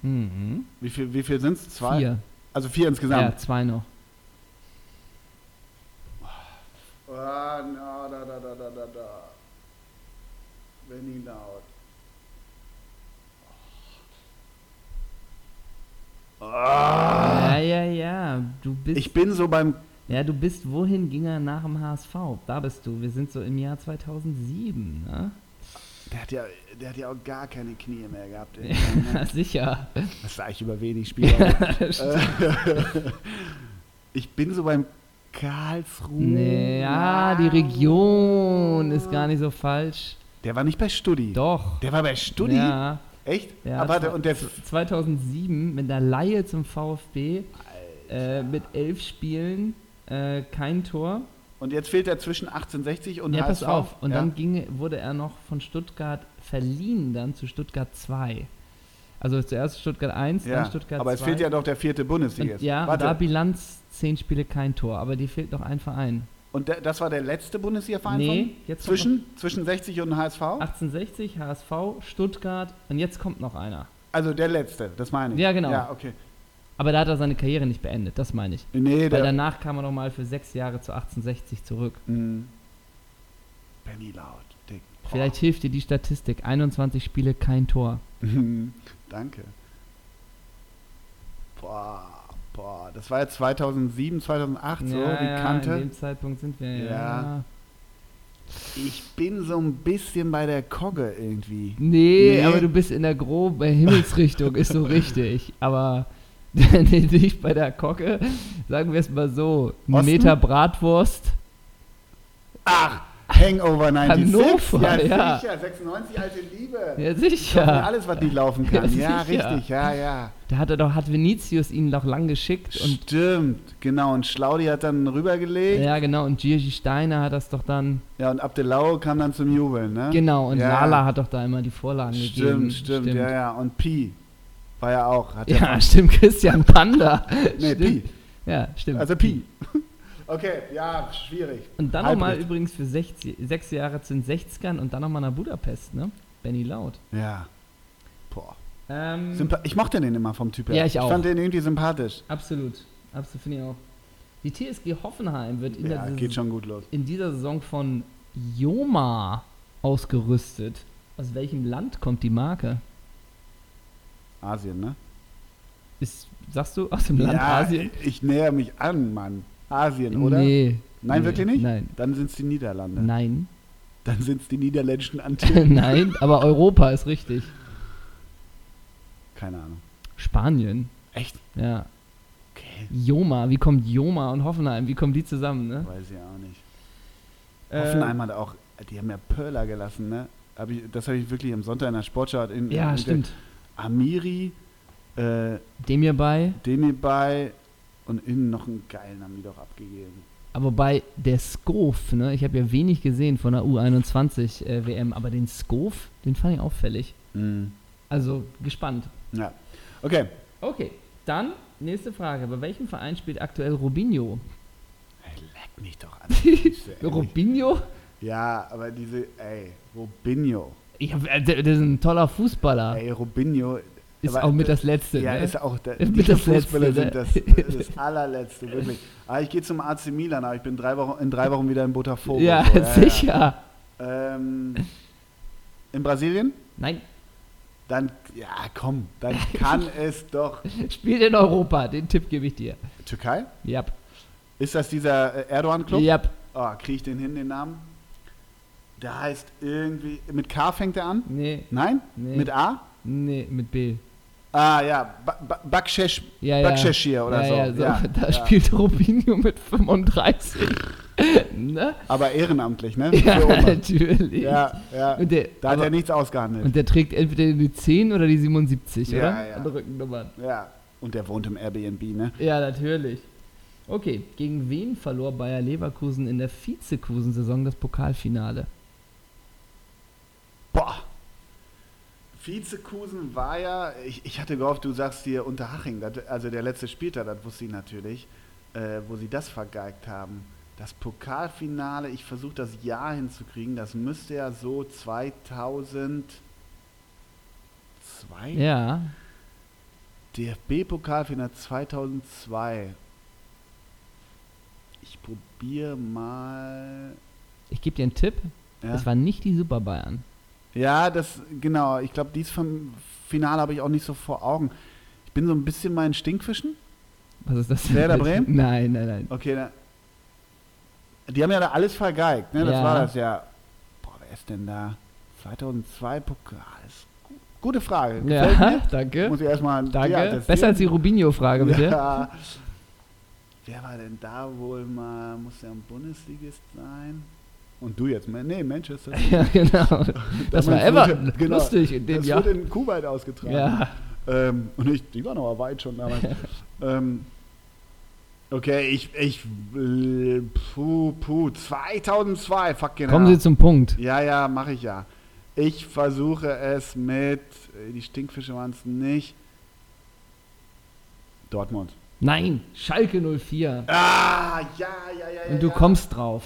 E: Mhm.
D: Wie viel, wie viel sind es? Zwei?
E: Vier.
D: Also vier
E: Ja,
D: insgesamt.
E: zwei noch.
D: Ah, na, da, da, da, da, da, da. Penny Laut.
E: Ja, ja, ja. Du bist.
D: Ah. Ich bin so beim
E: ja, du bist. Wohin ging er nach dem HSV? Da bist du. Wir sind so im Jahr 2007, ne?
D: Der hat, ja, der hat ja auch gar keine Knie mehr gehabt. ey.
E: Ja, sicher.
D: Das sage ich über wenig Spieler. Äh, ich bin so beim Karlsruhe.
E: Nee, ja, die Region ist gar nicht so falsch.
D: Der war nicht bei Studi.
E: Doch.
D: Der war bei Studi?
E: Ja.
D: Echt?
E: Ja,
D: Aber der,
E: zwe-
D: und der,
E: z- 2007 mit einer Laie zum VfB äh, mit elf Spielen, äh, kein Tor.
D: und jetzt fehlt er zwischen 1860 und
E: ja, pass
D: HSV.
E: auf. Und
D: ja?
E: dann ging, wurde er noch von Stuttgart verliehen, dann zu Stuttgart 2. Also zuerst Stuttgart 1,
D: Ja,
E: dann Stuttgart 2.
D: aber es fehlt ja noch der vierte Bundesliga.
E: und, Ja, und
D: Warte,
E: da Bilanz, 10 Spiele, kein Tor. Aber dir fehlt noch ein Verein.
D: und da, das war der letzte Bundesliga-Verein
E: Nee,
D: von?
E: jetzt kommt
D: zwischen, zwischen 60 und HSV?
E: 1860, HSV, Stuttgart und jetzt kommt noch einer.
D: Also der letzte, das meine ich.
E: Ja, genau.
D: Ja, okay.
E: Aber da hat er seine Karriere nicht beendet, das meine ich.
D: Nee,
E: Weil
D: der,
E: danach kam er nochmal für sechs Jahre zu 1860 zurück.
D: Mm. Benny laut, Dick. Boah.
E: Vielleicht hilft dir die Statistik. 21 Spiele, kein Tor.
D: Danke. Boah, boah, das war jetzt 2007, 2008 so, die
E: In
D: Kante.
E: dem Zeitpunkt sind wir ja.
D: Ja. Ich bin so ein bisschen bei der Kogge irgendwie.
E: Nee,
D: Nee.
E: aber du bist in der groben äh, Himmelsrichtung, ist so richtig. Aber nicht bei der Kocke, sagen wir es mal so, ein
D: Osten?
E: Meter Bratwurst.
D: Ach, Hangover 96.
E: Hannover, ja.
D: sicher, 96, alte Liebe.
E: Ja,
D: Ja.
E: sicher.
D: Alles, was nicht laufen kann. Ja,
E: Ja, sicher.
D: richtig, ja, ja.
E: Da hat er doch, hat Vinicius ihn doch lang geschickt und
D: Stimmt, genau. Und Schlaudi hat dann rübergelegt. Ja,
E: ja genau, und Gigi Steiner hat das doch dann.
D: und Abdelau kam dann zum Jubeln, ne?
E: Genau, und
D: Ja.
E: Lala hat doch da immer die Vorlagen gegeben.
D: Stimmt, stimmt, ja, ja. Und Pi war ja auch. Hat
E: Ja, stimmt, Christian Panda.
D: Nee,
E: stimmt.
D: Pi.
E: Ja, stimmt.
D: Also Pi. Okay, ja, schwierig.
E: Und dann
D: Halbrit.
E: nochmal übrigens für 60, sechs Jahre zu den 60ern und dann nochmal nach Budapest, ne? Benny Laut.
D: Ja. Boah.
E: Ähm,
D: Sympa ich mochte den immer vom Typ her.
E: Ja, ich auch.
D: Ich fand den irgendwie sympathisch.
E: absolut. Absolut, finde ich auch. Die TSG Hoffenheim wird in,
D: Ja,
E: der
D: geht
E: Saison,
D: schon gut los.
E: in dieser Saison von Joma ausgerüstet. Aus welchem Land kommt die Marke?
D: Asien, ne?
E: Ist, sagst du, aus dem Land
D: ja,
E: Asien?
D: ich näher mich an, Mann. Asien, oder?
E: Nee.
D: Nein,
E: nee,
D: wirklich nicht?
E: Nein.
D: Dann sind es die Niederlande.
E: Nein.
D: Dann sind es die niederländischen Antillen.
E: nein, aber Europa ist richtig.
D: Keine Ahnung.
E: Spanien.
D: Echt?
E: Ja.
D: Okay.
E: Joma, wie kommt Joma und Hoffenheim? Wie kommen die zusammen, ne?
D: Weiß ich auch nicht.
E: Äh,
D: Hoffenheim hat auch, die haben ja Pöller gelassen, ne? Hab ich, das habe ich wirklich am Sonntag in der Sportschau in,
E: Äh, Ja,
D: in
E: stimmt.
D: Der Amiri, äh,
E: Dem hier bei,
D: Demirbay und innen noch einen geilen haben die doch abgegeben.
E: aber bei der Skof, ne? Ich habe ja wenig gesehen von der U21 äh, WM, aber den Skof, den fand ich auffällig.
D: Mhm.
E: Also gespannt.
D: Ja. Okay.
E: Okay, dann nächste Frage. Bei welchem Verein spielt aktuell Robinho?
D: Ey, leck mich doch an. Füße, ey.
E: Robinho?
D: ja, aber diese, ey, Robinho.
E: Ich hab, äh, der, der ist ein toller Fußballer.
D: Ey, Robinho.
E: ist
D: aber-
E: auch mit das Letzte.
D: Ja,
E: ne?
D: ist auch Ah. der, ne?
E: Mit
D: diese
E: das
D: Fußballer
E: Letzte,
D: sind das, das allerletzte, wirklich. Aber ich gehe zum AC Milan, aber ich bin drei Wochen, in drei Wochen wieder in Botafogo.
E: ja,
D: so,
E: sicher.
D: ja. Ähm, in Brasilien?
E: Nein,
D: Dann, ja, komm, dann kann es doch.
E: spielt in Europa. Den Tipp gebe ich dir.
D: Türkei?
E: Yep.
D: Ist das dieser äh, Erdogan-Club?
E: Yep.
D: Oh, kriege ich den hin, den Namen? Der heißt irgendwie. Mit K fängt er an?
E: Nee,
D: Nein?
E: Nee.
D: Mit A?
E: nee, mit B.
D: Ah, ja. Ba ba Bakshesh.
E: Ja, ja.
D: Baksheshir oder
E: ja,
D: so.
E: Ja, so.
D: Ja,
E: da
D: ja.
E: spielt Robinho mit 35. ne?
D: Aber ehrenamtlich, ne?
E: Ja,
D: Für Oma.
E: natürlich.
D: ja, ja.
E: Und der,
D: Da hat
E: aber-
D: er nichts ausgehandelt.
E: und der trägt entweder die 10 oder die 77,
D: Ja,
E: oder?
D: ja.
E: An Rückennummern.
D: ja. Und der wohnt im Airbnb, ne?
E: Ja, natürlich. Okay, gegen wen verlor Bayer Leverkusen in der Vizekusen-Saison das Pokalfinale?
D: Boah. Vizekusen war ja, ich, ich hatte gehofft, du sagst dir Unterhaching, das, also der letzte Spieltag, das wusste ich natürlich, äh, wo sie das vergeigt haben. Das Pokalfinale, ich versuche das Jahr hinzukriegen, das müsste ja so 2002 Hm?
E: Ja,
D: DFB-Pokalfinale 2002. Ich probiere mal.
E: ich gebe dir einen Tipp.
D: Ja,
E: Es waren nicht die Super Bayern.
D: ja das, genau. Ich glaube, dieses Fin- Finale habe ich auch nicht so vor Augen. Ich bin so ein bisschen mein Stinkfischen.
E: Was ist das? denn?
D: Werder Bremen?
E: Nein, nein, nein.
D: Okay, dann. Die haben ja da alles vergeigt, ne? Das
E: Ja.
D: war das ja. Boah, wer ist denn da? 2002 Pokal. Ist gu- Gute Frage. Gefällt
E: Ja,
D: mir.
E: danke.
D: Muss ich erstmal.
E: Danke.
D: Ja, das-
E: Besser als die Rubinho-Frage, bitte.
D: Ja. Wer war denn da wohl mal? Muss ja ein Bundesligist sein. Und du jetzt? Man- Nee, Manchester.
E: Ja, genau. Das war
D: Damals
E: Everton.
D: wurde- genau,
E: Lustig in dem
D: das
E: Jahr.
D: wurde in Kuwait ausgetragen.
E: Ja,
D: Ähm, und ich, die waren aber weit schon damals. ähm, okay, ich, ich, äh, puh, puh, 2002, fuck genau.
E: kommen Sie zum Punkt.
D: ja, ja, mache ich ja. Ich versuche es mit, äh, die Stinkfische waren es nicht. Dortmund.
E: Nein, Schalke 04.
D: Ah, ja, ja, ja. ja
E: Und du
D: ja.
E: kommst drauf.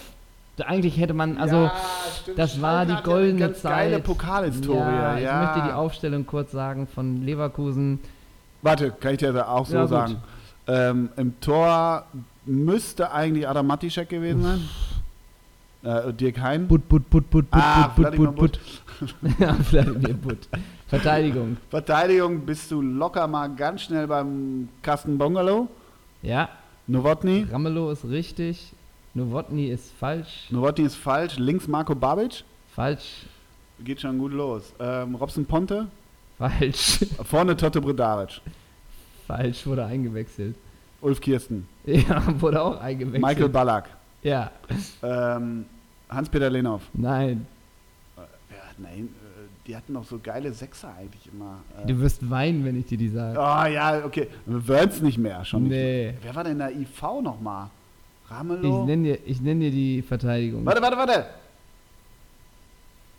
E: Da- Eigentlich hätte man, also,
D: Ja, stimmt.
E: das
D: Schalke
E: war die
D: hat ja eine
E: goldene
D: ganz
E: Zeit.
D: geile Pokalhistorie,
E: Ja,
D: ja.
E: Ich möchte die Aufstellung kurz sagen von Leverkusen.
D: Warte, kann ich dir da auch so
E: Ja, gut.
D: sagen. Ähm, Im Tor müsste eigentlich Adam Matischek gewesen sein. Äh, Dirk Hein.
E: Butt, butt, butt, butt, butt,
D: Ah,
E: butt, butt,
D: Wladimir
E: butt, butt. ja, Vladimir Butt. Verteidigung.
D: Verteidigung bist du locker mal ganz schnell beim Carsten Bongalow.
E: Ja,
D: Nowotny.
E: Ramelow ist richtig. Nowotny ist falsch.
D: Nowotny ist falsch. Links Marco Babic.
E: Falsch.
D: Geht schon gut los. Ähm, Robson Ponte.
E: Falsch.
D: Vorne Totte Bredaric.
E: falsch wurde eingewechselt.
D: Ulf Kirsten.
E: Ja, wurde auch eingewechselt.
D: Michael Ballack.
E: Ja,
D: Ähm, Hans-Peter Lenov.
E: nein.
D: Ja, nein, äh, die hatten noch so geile Sechser eigentlich immer. Äh,
E: Du wirst weinen, wenn ich dir die sage.
D: oh ja, okay. Wörns nicht mehr. Schon nicht
E: Nee.
D: Wer war denn da IV nochmal?
E: Ich
D: Ramelow?
E: nenne dir, ich nenn dir die Verteidigung.
D: Warte, warte, warte.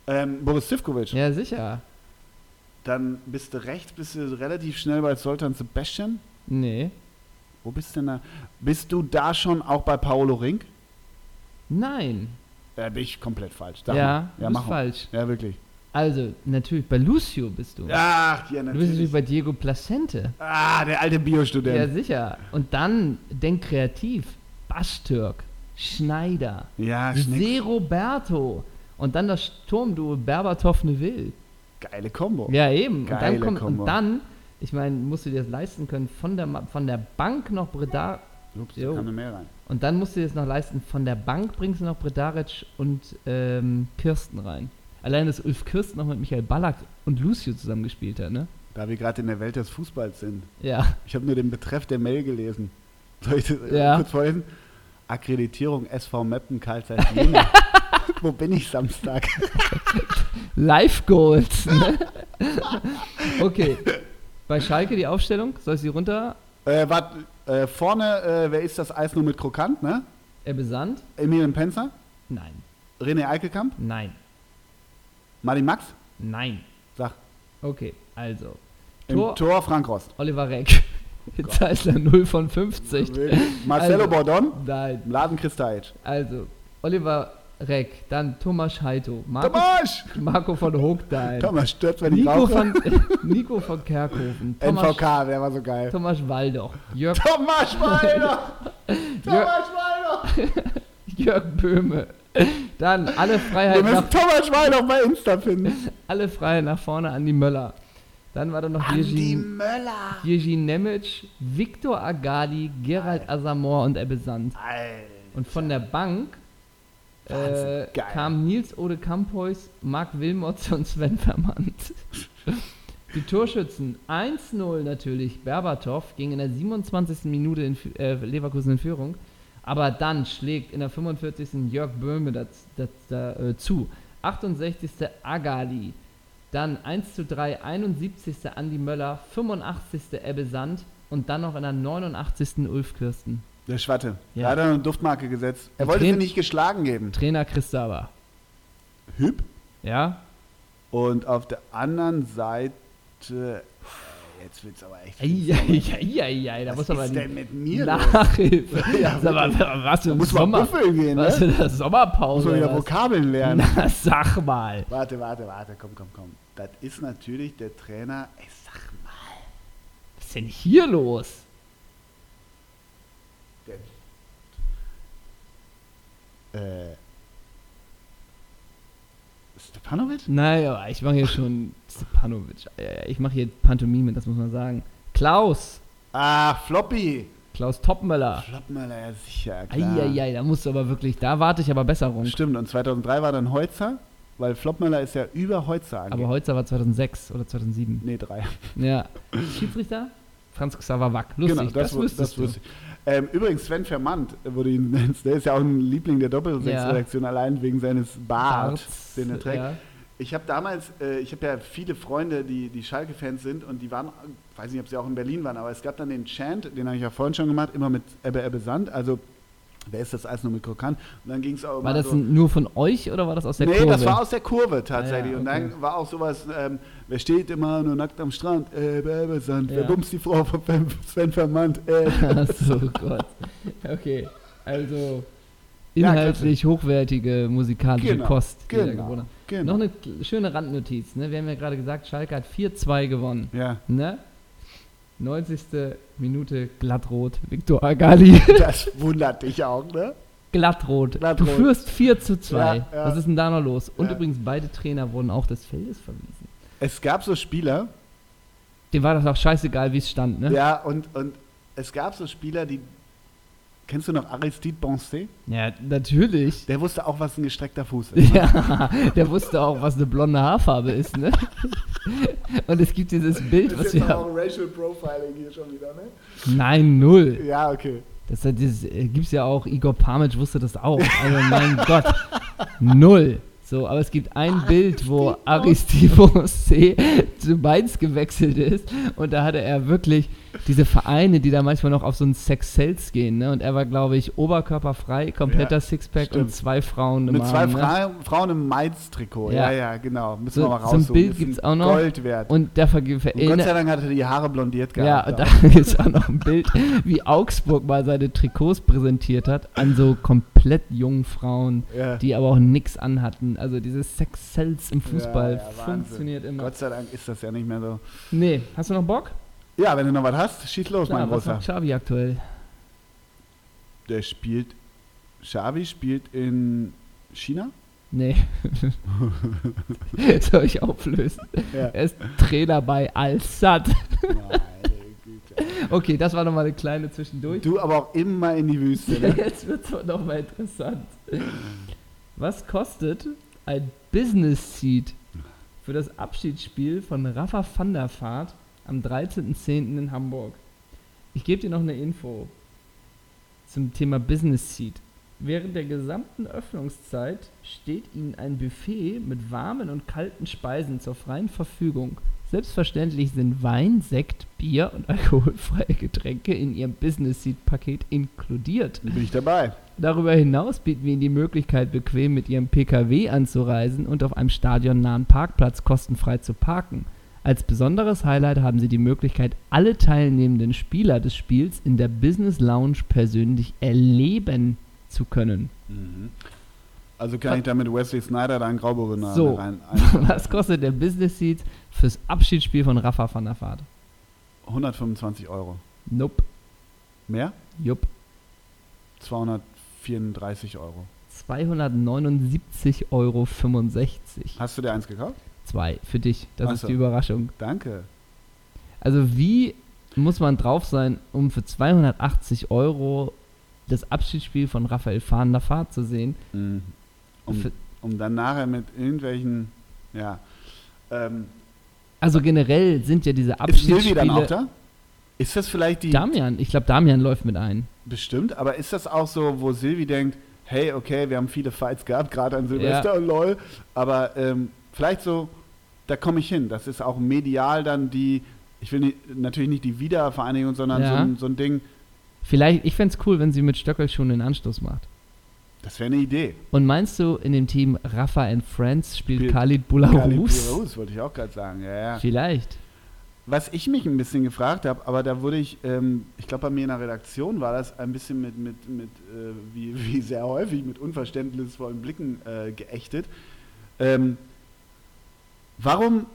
D: Ähm, Boris Sivkovic.
E: Ja, sicher.
D: Dann bist du rechts, bist du relativ schnell bei Soltan Sebastian.
E: Nee.
D: Wo bist du denn da? Bist du da schon auch bei Paolo Rink?
E: Nein.
D: Da bin ich komplett falsch. Sag
E: ja,
D: mal. ja
E: du bist
D: mach mal.
E: falsch.
D: Ja, wirklich.
E: Also, natürlich, bei Lucio bist du.
D: Ach, ja,
E: du bist natürlich
D: natürlich.
E: bei Diego Placente.
D: Ah, der alte
E: Ja,
D: Biostudent.
E: sicher. Und dann, denk kreativ. Bastürk, Schneider,
D: Ja, Schnick.
E: Seroberto. Und dann das Sturmduo Berbatov-Neville.
D: Geile Kombo.
E: Ja, eben. Und
D: Geile
E: dann, kommt,
D: Kombo.
E: und dann, ich meine, musst du dir das leisten können, von der, Ma- von der Bank noch Bredar.
D: Ups, da
E: Jo.
D: kam eine Mail rein.
E: Und dann musst du dir das noch leisten, von der Bank bringst du noch Bredaric und ähm, Kirsten rein. Allein, dass Ulf Kirsten noch mit Michael Ballack und Lucio zusammengespielt hat, ne?
D: Da wir gerade in der Welt des Fußballs sind.
E: Ja,
D: Ich habe nur den Betreff der Mail gelesen. Soll ich das
E: Ja.
D: äh, kurz vorlesen? Akkreditierung SV Meppen Karlsruhe Jena. Wo bin ich Samstag?
E: Live Goals, ne? okay. Bei Schalke die Aufstellung, soll ich sie runter?
D: äh, wart, äh, vorne, äh, wer ist das Eis nur mit Krokant, ne?
E: Ebbe Sand?
D: Emilien Penzer,
E: Nein,
D: René Eickelkamp,
E: nein,
D: Mali Max,
E: nein.
D: sag.
E: Okay, also.
D: Im
E: Tor,
D: Tor, Oh Frank Rost.
E: Oliver Reck. Zeissler 0 von 50.
D: Marcelo
E: Also-
D: Bordon,
E: Nein.
D: Laden Kristajic.
E: Also, Oliver Reck, dann Thomas Heito, Marco,
D: Thomas!
E: Marco von Hochdein,
D: Thomas stört, wenn ich
E: Nico
D: rauche.
E: von, Nico von Kerkhofen, Thomas,
D: NVK, der war so geil.
E: Thomas Waldoch, Jörg,
D: Thomas Schweiger!
E: Jörg,
D: Thomas Schweiger!
E: Jörg Böhme. Dann alle
D: Wir
E: Freiheit, nach,
D: müssen Thomas Schweiger bei Insta finden.
E: alle Freiheit nach vorne, Andi Möller. Dann war da noch Jirgin
D: Möller.
E: Jirgin Nemec, Viktor Agali, Gerald Asamor und Ebbe Sand. Und von der Bank äh,
D: Wahnsinn, geil.
E: kamen Nils Ode Kampois, Marc Wilmots und Sven Vermandt. Die Torschützen 1-0 natürlich. Berbatov ging in der 27. Minute in, Fü- äh, Leverkusen in Führung. Aber dann schlägt in der 45. Jörg Böhme dazu. äh, zu. 68. Agali. Dann 1 zu 3, 71. Andi Möller, 85. Ebbe Sand und dann noch in der 89. Ulf Kirsten.
D: Der Schwatte.
E: Ja.
D: Da hat er eine Duftmarke gesetzt. Er
E: Die
D: wollte sie
E: Tränen-
D: nicht geschlagen geben.
E: Trainer Christaba.
D: Hüb.
E: Ja?
D: Und auf der anderen Seite. äh, Jetzt wird's aber echt.
E: Eieieiei, da
D: Was
E: muss
D: ist
E: aber die
D: denn mit mir los?
E: Nachhilfe.
D: Ja,
E: Sag mal,
D: wirklich.
E: was für ein
D: Muss man
E: Sommer.
D: buffeln gehen,
E: Was
D: ne?
E: für eine
D: Muss man
E: Sommerpause.
D: wieder
E: oder was?
D: Vokabeln lernen.
E: Na, sag mal.
D: Warte, warte, warte. Komm, komm, komm. Das ist natürlich der Trainer. Ey, sag mal.
E: Was ist denn hier los?
D: Der, äh. Stepanovic?
E: Naja, ich mache hier schon Stepanovic. Eieiei, Ich mache hier Pantomime, das muss man sagen. Klaus.
D: Ah, Floppy.
E: Klaus Topmöller.
D: Floppmöller, ja sicher. Klar.
E: Eieiei, da musst du aber wirklich, da warte ich aber Besserung.
D: Stimmt, und 2003 war dann Holzer, weil Floppmöller ist ja über Holzer angegangen.
E: Aber Holzer war 2006 oder 2007.
D: Nee, drei.
E: Ja. Schiedsrichter? Franz Xaver Wack. Lustig,
D: Genau,
E: das,
D: wu-
E: wüsstest du.
D: wusste ich. Ähm, übrigens, Sven Vermandt äh, wurde ihn nennst. Der ist ja auch ein Liebling der Doppelsechsredaktion, allein wegen seines Barts,
E: Barts,
D: den er trägt.
E: ja.
D: Ich habe damals, äh, ich habe ja viele Freunde, die, die Schalke-Fans sind und die waren, äh, weiß nicht, ob sie auch in Berlin waren, aber es gab dann den Chant, den habe ich ja vorhin schon gemacht, immer mit Ebbe Ebbe Sand, also Wer ist das alles nur mit Krokan? Und dann ging es auch
E: War
D: immer
E: das
D: so,
E: n- nur von euch oder war das aus der
D: nee,
E: Kurve?
D: das war aus der Kurve tatsächlich.
E: Ah ja,
D: Und
E: okay.
D: dann war auch sowas, ähm, wer steht immer nur nackt am Strand? Äh, Berbesand. Wer
E: Ja.
D: bumst die Frau von Sven- Sven Vermandt? Äh.
E: Achso, Gott. Okay, also
D: Ja,
E: inhaltlich hochwertige musikalische
D: Genau,
E: Kost, die da
D: genau,
E: gewonnen hat.
D: genau.
E: Noch eine k- schöne Randnotiz. Ne? Wir haben ja gerade gesagt, Schalke hat 4-2 gewonnen.
D: Ja,
E: Ne? 90. Minute glattrot, Viktor Agali.
D: das wundert dich auch, ne?
E: glattrot.
D: Glattrot.
E: Du führst 4 zu 2.
D: Ja, ja.
E: Was ist denn da noch los? Und
D: Ja.
E: übrigens, beide Trainer wurden auch des Feldes verwiesen.
D: Es gab so Spieler,
E: Dem war das auch scheißegal, wie es stand, ne?
D: ja, und, und es gab so Spieler, die. Kennst du noch Aristide Bonce?
E: Ja, natürlich.
D: Der wusste auch, was ein gestreckter Fuß ist.
E: Ja, der wusste auch, was eine blonde Haarfarbe ist, ne? Und es gibt dieses Bild, was wir haben.
D: Racial Profiling hier schon wieder, ne?
E: Nein, null.
D: Ja, okay.
E: Das, hat dieses, äh, gibt's ja auch, Igor Pamic wusste das auch. Also mein Gott. Null. So, aber es gibt ein Bild, wo Aristibus C. zu Mainz gewechselt ist und da hatte er wirklich diese Vereine, die da manchmal noch auf so einen Sex-Sales gehen, ne? Und er war, glaube ich, oberkörperfrei, kompletter
D: Ja,
E: Sixpack und
D: stimmt.
E: zwei Frauen im
D: Mit zwei
E: Arm, ne?
D: Fra Frauen im Mainz-Trikot.
E: Ja.
D: Ja. ja, genau. Müssen wir
E: So-
D: mal
E: so ein
D: raussuchen.
E: Bild
D: Ist
E: gibt's
D: ein
E: auch noch.
D: Gold wert. Und,
E: Und der verge-
D: Gott
E: erinnert
D: sei Dank hat er die Haare blondiert
E: Äh, ne Ja,
D: gehabt.
E: und
D: aber-
E: da ist auch noch ein Bild, wie Augsburg mal seine Trikots präsentiert hat an so komplett jungen Frauen,
D: Ja.
E: die aber auch nichts anhatten. Also dieses Sex Sells im Fußball
D: Ja, ja, Wahnsinn.
E: funktioniert immer.
D: Gott sei Dank ist das ja nicht mehr so.
E: Nee, hast du noch Bock?
D: Ja, wenn du noch was hast, schieß los,
E: Klar,
D: mein
E: was
D: Großer.
E: macht Xavi aktuell?
D: Der spielt. Xavi spielt in China?
E: Nee. Soll ich auflösen?
D: Ja.
E: Er ist Trainer bei Al-Sad.
D: Meine Güte.
E: Okay, das war nochmal eine kleine zwischendurch.
D: Du aber auch immer in die Wüste. Ne?
E: Jetzt wird es nochmal interessant. Was kostet ein Business Seat für das Abschiedsspiel von Rafa van der Vaart am 13.10. in Hamburg? Ich gebe dir noch eine Info zum Thema Business Seat. Während der gesamten Öffnungszeit steht Ihnen ein Buffet mit warmen und kalten Speisen zur freien Verfügung. Selbstverständlich sind Wein, Sekt, Bier und alkoholfreie Getränke in Ihrem Business Seat Paket inkludiert.
D: Bin ich dabei.
E: Darüber hinaus bieten wir Ihnen die Möglichkeit, bequem mit Ihrem PKW anzureisen und auf einem stadionnahen Parkplatz kostenfrei zu parken. Als besonderes Highlight haben Sie die Möglichkeit, alle teilnehmenden Spieler des Spiels in der Business Lounge persönlich erleben zu können.
D: Also kann ich damit Wesley Snyder da einen Grauburgunder
E: So.
D: rein.
E: Was kostet der Business Seat fürs Abschiedsspiel von Rafa van der Vaart?
D: 125 Euro.
E: Nope,
D: Mehr?
E: jupp,
D: 234 Euro.
E: 279,65 Euro.
D: Hast du dir eins gekauft?
E: Zwei für dich, das
D: Ach
E: ist
D: so.
E: die Überraschung.
D: Danke.
E: Also wie muss man drauf sein, um für 280 Euro das Abschiedsspiel von Raphael Fahnder Fahrt zu sehen?
D: Mhm. Um,
E: Für-
D: um dann nachher mit irgendwelchen, ja. Ähm,
E: Also generell sind ja diese
D: ist Silvi dann auch
E: Abschiedsspiele...
D: da? Ist das vielleicht die,
E: Damian, ich glaube Damian läuft mit ein.
D: bestimmt, aber ist das auch so, wo Silvi denkt, hey, okay, wir haben viele Fights gehabt, gerade an Silvester, lol, aber ähm, vielleicht so, da komme ich hin. Das ist auch medial dann die, ich will nicht, natürlich nicht die Wiedervereinigung, sondern
E: Ja.
D: so, ein, so ein Ding,
E: Vielleicht, ich fände es cool, wenn sie mit Stöckelschuhen den Anstoß macht.
D: das wäre eine Idee.
E: Und meinst du, in dem Team Rafa and Friends spielt
D: Spielt
E: Khalid
D: Kalibirus,
E: Boularus?
D: wollte ich auch gerade sagen, ja, ja.
E: Vielleicht.
D: Was ich mich ein bisschen gefragt habe, aber da wurde ich, ähm, ich glaube bei mir in der Redaktion war das ein bisschen mit, mit, mit äh, wie, wie sehr häufig, mit unverständnisvollen Blicken äh, geächtet. Ähm, warum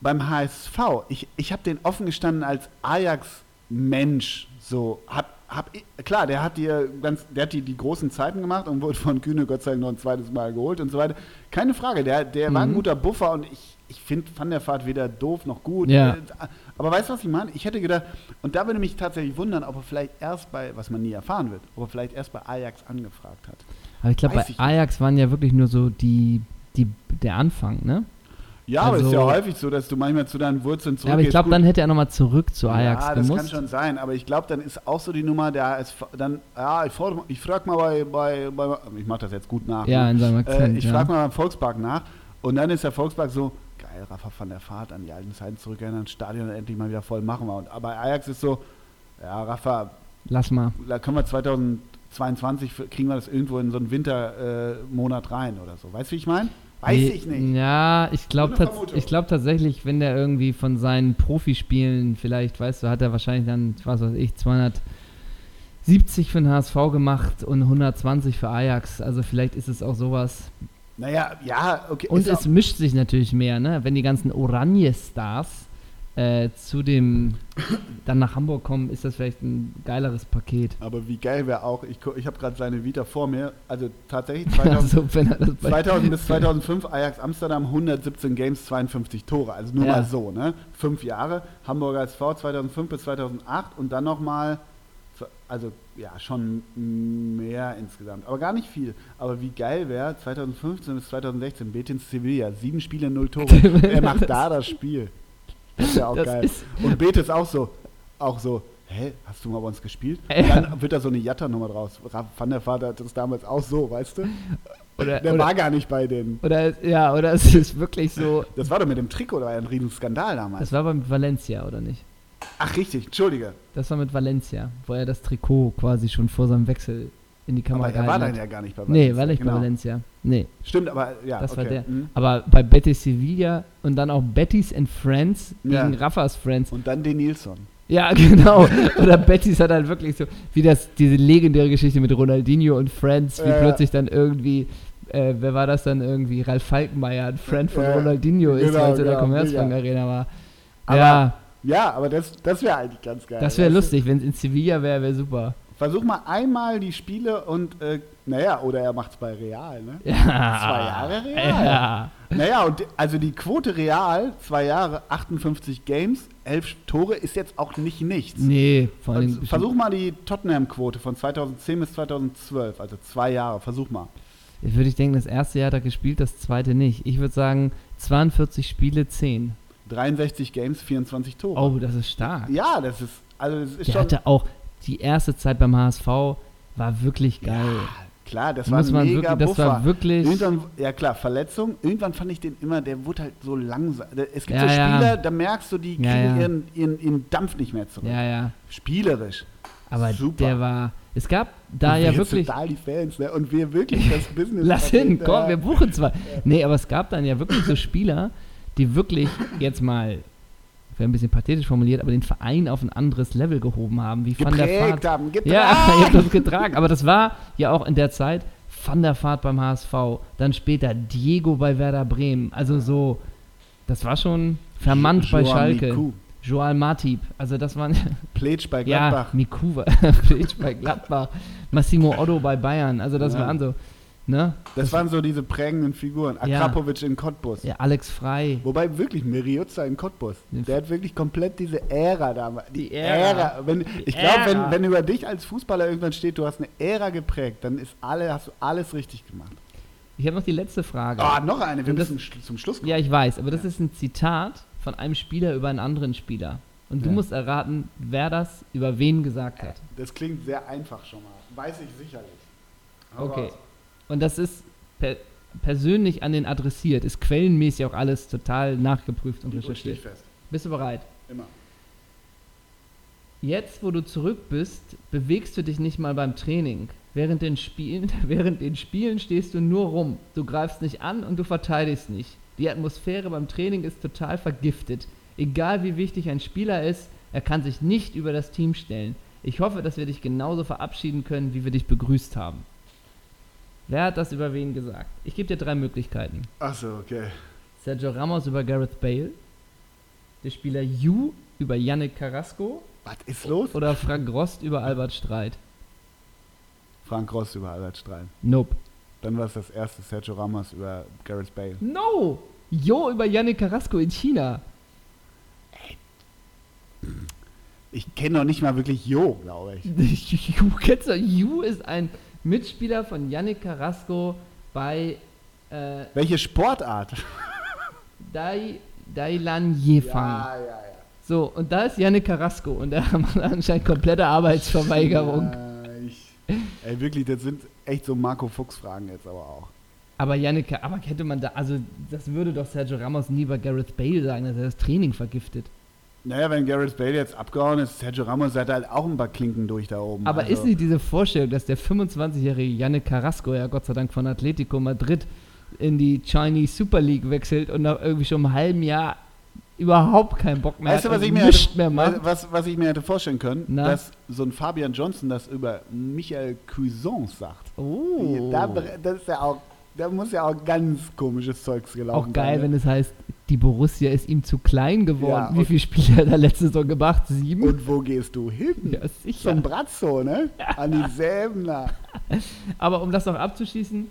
D: beim HSV? Ich, ich habe den offen gestanden als Ajax-Mensch. So, hab, hab, ich- klar, der hat, dir ganz, der hat die, die großen Zeiten gemacht und wurde von Kühne Gott sei Dank noch ein zweites Mal geholt und so weiter. Keine Frage, der, der war ein
E: Mhm.
D: guter Buffer und ich, ich finde Van der Vaart weder doof noch gut.
E: Ja.
D: Äh, Aber weißt du, was ich meine? Ich hätte gedacht, und da würde mich tatsächlich wundern, ob er vielleicht erst bei, was man nie erfahren wird, ob er vielleicht erst bei Ajax angefragt hat.
E: Aber ich glaube,
D: Weiß
E: bei
D: ich nicht.
E: Ajax waren ja wirklich nur so die, die, der Anfang, ne?
D: Ja, aber es ist ja
E: Also-
D: häufig so, dass du manchmal zu deinen Wurzeln zurückgehst.
E: Ja, aber ich glaube,
D: Gut,
E: dann hätte er nochmal zurück zu Ajax
D: Ja, das
E: gemusst.
D: kann schon sein, aber ich glaube, dann ist auch so die Nummer, der ist dann, ja, ich, frag- ich frage mal bei, bei, bei ich mache das jetzt gut nach.
E: Ja,
D: ne?
E: in seinem Akzent,
D: Äh, ich
E: ja.
D: frage mal beim Volkspark nach und dann ist der Volkspark so, geil, Rafa van der Fahrt an die alten Zeiten zurückerinnern, Stadion endlich mal wieder voll machen wir. Und aber Ajax ist so, ja, Rafa,
E: Lass mal.
D: da können wir 2000, 22 f- kriegen wir das irgendwo in so einen Wintermonat äh, Monat rein oder so. Weißt du, wie ich meine? Weiß
E: Nee,
D: ich nicht.
E: Ja, ich glaube
D: Gute
E: tats
D: Vermutung.
E: ich glaub tatsächlich, wenn der irgendwie von seinen Profispielen vielleicht, weißt du, hat er wahrscheinlich dann, was weiß ich, 270 für den HSV gemacht und 120 für Ajax. Also vielleicht ist es auch sowas.
D: Naja, ja, okay.
E: Und
D: ist
E: es
D: auch-
E: mischt sich natürlich mehr, ne? Wenn die ganzen Oranje-Stars äh, zu dem dann nach Hamburg kommen, ist das vielleicht ein geileres Paket.
D: aber wie geil wäre auch, ich, gu- ich habe gerade seine Vita vor mir, also tatsächlich 2000,
E: Also, wenn er das bei-
D: 2000 bis 2005 Ajax Amsterdam 117 Games 52 Tore, also nur
E: Ja.
D: mal so, ne? Fünf Jahre Hamburger SV 2005 bis 2008 und dann noch mal, z- also ja schon mehr insgesamt, aber gar nicht viel. Aber wie geil wäre 2015 bis 2016 Betis Sevilla sieben Spiele null Tore, er macht da das Spiel, das wäre auch
E: Das
D: geil.
E: ist-
D: Und Betis auch so, auch so. Hä, hast du mal bei uns gespielt?
E: Ja.
D: Und dann wird da so eine Jatta-Nummer draus. Ra- Van der Vaart hat das damals auch so, weißt du?
E: Oder,
D: Der
E: Äh, oder,
D: war gar nicht bei denen.
E: oder, ja, oder es ist wirklich so.
D: Das war doch mit dem Trikot, da war ja ein Riesenskandal damals.
E: Das war beim Valencia, oder nicht?
D: Ach, richtig, entschuldige.
E: Das war mit Valencia, wo er das Trikot quasi schon vor seinem Wechsel in die Kamera
D: Aber er war dann
E: gehalten hat.
D: ja gar nicht bei
E: Nee, war nicht
D: genau.
E: bei Valencia. Nee,
D: Stimmt, aber ja,
E: das
D: okay.
E: war der.
D: mhm.
E: Aber bei Betis Sevilla und dann auch Betis and Friends gegen
D: Ja.
E: Raffas Friends.
D: Und dann den Nilsson.
E: Ja, genau. Oder Betis hat halt wirklich so, wie das, diese legendäre Geschichte mit Ronaldinho und Friends, wie
D: Ja, ja.
E: plötzlich dann irgendwie, äh, wer war das dann irgendwie? Ralf Falkenmeier, ein Friend von
D: Ja,
E: Ronaldinho ist,
D: genau,
E: weil es in der
D: genau,
E: Commerzbank
D: mega.
E: Arena war.
D: Aber- äh,
E: ja,
D: Ja, aber das, das wäre eigentlich ganz geil.
E: das wäre
D: weißt du?
E: lustig, wenn es in Sevilla wäre, wäre super.
D: Versuch mal einmal die Spiele und, äh, naja, oder er macht's bei Real, ne?
E: Ja.
D: Zwei Jahre Real.
E: Ja.
D: Naja, und die- also die Quote Real, zwei Jahre, 58 Games, 11 Tore, ist jetzt auch nicht nichts.
E: Nee, vor allem.
D: Und Also Versuch mal die Tottenham-Quote von 2010 bis 2012, also zwei Jahre, versuch mal.
E: Würde ich denken, das erste Jahr hat er gespielt, das zweite nicht. Ich würde sagen, 42 Spiele, 10.
D: 63 Games, 24 Tore.
E: Oh, das ist stark.
D: Ja, das ist, also das ist
E: Der
D: schon,
E: hatte auch die erste Zeit beim HSV, war wirklich geil.
D: klar, das war
E: Muss
D: ein
E: man
D: mega
E: wirklich, das
D: Buffer.
E: war wirklich.
D: Irgendwann, ja klar, Verletzung, irgendwann fand ich den immer, der wurde halt so langsam. Da- Es gibt
E: Ja,
D: so
E: ja.
D: Spieler, da merkst du, die kriegen
E: Ja, ja.
D: Ihren, ihren, ihren Dampf nicht mehr zurück.
E: Ja, ja.
D: Spielerisch.
E: Aber
D: Super.
E: der war. Es gab da
D: Und
E: ja
D: wir
E: wirklich.
D: Total die Fans, ne? Und wir wirklich das Business.
E: Lass hin,
D: Ja.
E: komm, wir buchen zwar. Nee, aber es gab dann ja wirklich so Spieler, die wirklich jetzt mal, wäre ein bisschen pathetisch formuliert, aber den Verein auf ein anderes Level gehoben haben, wie Van der Vaart.
D: geprägt haben.
E: Ja,
D: Getragen.
E: ihr habt das getragen. Aber das war ja auch in der Zeit Van der Vaart beim HSV, dann später Diego bei Werder Bremen. Also so, das war schon vermannt bei
D: Joao
E: Schalke.
D: Miku,
E: Joal Matip, also das waren
D: Pletsch bei
E: ja
D: Gladbach.
E: Miku war- Fitch bei Gladbach, Massimo Otto bei Bayern, also das
D: Ja.
E: waren so, ne?
D: Das waren so diese prägenden Figuren.
E: Ja.
D: Akrapovic in Cottbus.
E: Ja, Alex Frei.
D: Wobei wirklich Miriuzza in Cottbus, der hat wirklich komplett diese Ära damals. Die,
E: Die Ära.
D: Ära. Wenn, ich
E: Ära.
D: glaube, wenn, wenn über dich als Fußballer irgendwann steht, du hast eine Ära geprägt, dann ist alle, hast du alles richtig gemacht.
E: Ich habe noch die letzte Frage.
D: Ah, noch eine, wir
E: Und das-
D: müssen schl- zum Schluss kommen.
E: Ja, ich weiß, aber das ist ein Zitat von einem Spieler über einen anderen Spieler. Und du
D: Ja.
E: musst erraten, wer das über wen gesagt hat.
D: Das klingt sehr einfach schon mal. Weiß ich sicherlich. Hau
E: Okay.
D: raus.
E: Und das ist per persönlich an den adressiert, ist quellenmäßig auch alles total nachgeprüft und
D: Die Uhr steht
E: recherchiert.
D: fest.
E: Bist du bereit?
D: Immer.
E: Jetzt, wo du zurück bist, bewegst du dich nicht mal beim Training. Während den Spielen, während den Spielen stehst du nur rum. Du greifst nicht an und du verteidigst nicht. Die Atmosphäre beim Training ist total vergiftet. Egal wie wichtig ein Spieler ist, er kann sich nicht über das Team stellen. Ich hoffe, dass wir dich genauso verabschieden können, wie wir dich begrüßt haben. Wer hat das über wen gesagt? Ich gebe dir drei Möglichkeiten.
D: Achso, okay.
E: Sergio Ramos über Gareth Bale, der Spieler Yu über Yannick Carrasco
D: Was ist los?
E: oder Frank Rost über Albert Streit?
D: Frank Ross über Albert Strahlen.
E: Nope.
D: Dann war es das erste Sergio Ramos über Gareth Bale.
E: No! Jo über Yannick Carrasco in China.
D: Ich kenne noch nicht mal wirklich Jo, glaube ich.
E: Ju, kennst du, Ju ist ein Mitspieler von Yannick Carrasco bei äh,
D: Welche Sportart?
E: Dai, Dailan Yefang.
D: ja, ja.
E: So, und da ist Yannick Carrasco und der macht anscheinend komplette Arbeitsverweigerung.
D: Ja, ich, ey, wirklich, das sind echt so Marco Fuchs-Fragen jetzt aber auch.
E: Aber Yannick, Car- aber hätte man da, also das würde doch Sergio Ramos nie bei Gareth Bale sagen, dass er das Training vergiftet.
D: Naja, wenn Gareth Bale jetzt abgehauen ist, Sergio Ramos hat halt auch ein paar Klinken durch da oben.
E: Aber
D: also.
E: ist nicht diese Vorstellung, dass der 25-jährige Yannick Carrasco, ja Gott sei Dank von Atletico Madrid, in die Chinese Super League wechselt und nach irgendwie schon einem halben Jahr überhaupt keinen Bock mehr
D: Weißt du,
E: hat
D: was
E: und
D: ich, mir halt
E: nichts
D: hätte,
E: mehr macht?
D: was, was ich mir hätte vorstellen können?
E: Na?
D: Dass so ein Fabian Johnson das über Michael Cuisance sagt.
E: Oh,
D: Da, das ist ja auch, da muss ja auch ganz komisches Zeugs gelaufen
E: auch geil,
D: sein. ne?
E: wenn es heißt, die Borussia ist ihm zu klein geworden.
D: Ja, und-
E: Wie viele Spiele hat er letzte Saison gemacht? Sieben?
D: Und wo gehst du hin?
E: ja, sicher.
D: Zum Brazzo, ne? An die Säbener.
E: Aber um das noch abzuschließen,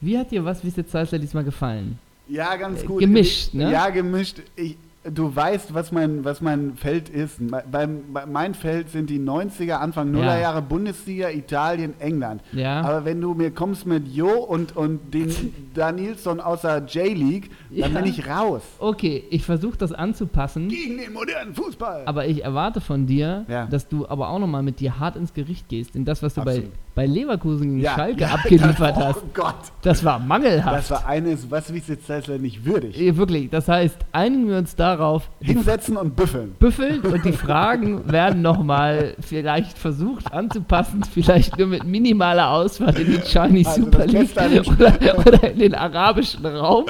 E: wie hat dir was Wiese Zeisler diesmal gefallen?
D: Ja, ganz
E: Äh,
D: gut.
E: gemischt,
D: ich,
E: ne?
D: Ja, gemischt. Ich, du weißt, was mein, was mein Feld ist. Me- Beim, bei, mein Feld sind die 90er, Anfang
E: Ja.
D: 0er Jahre, Bundesliga, Italien, England.
E: Ja.
D: Aber wenn du mir kommst mit Jo und, und den Danielson aus der J-League, dann
E: Ja.
D: bin ich raus.
E: Okay, ich versuche das anzupassen,
D: Gegen den modernen Fußball.
E: aber ich erwarte von dir,
D: Ja.
E: dass du aber auch nochmal mit dir hart ins Gericht gehst. Denn das, was du bei,
D: Absolut.
E: bei Leverkusen gegen
D: Ja.
E: Schalke abgeliefert
D: oh
E: hast,
D: Gott.
E: das war mangelhaft.
D: Das war eines, was Wiese Zeissler nicht würdig.
E: Eh, Wirklich, das heißt, einigen wir uns darauf,
D: Hinsetzen und büffeln.
E: büffelt und die Fragen werden nochmal vielleicht versucht anzupassen, vielleicht nur mit minimaler Ausfahrt in die
D: Also
E: Chinese
D: das
E: Super League
D: Beste an dem Spiel-
E: oder, oder in den arabischen Raum.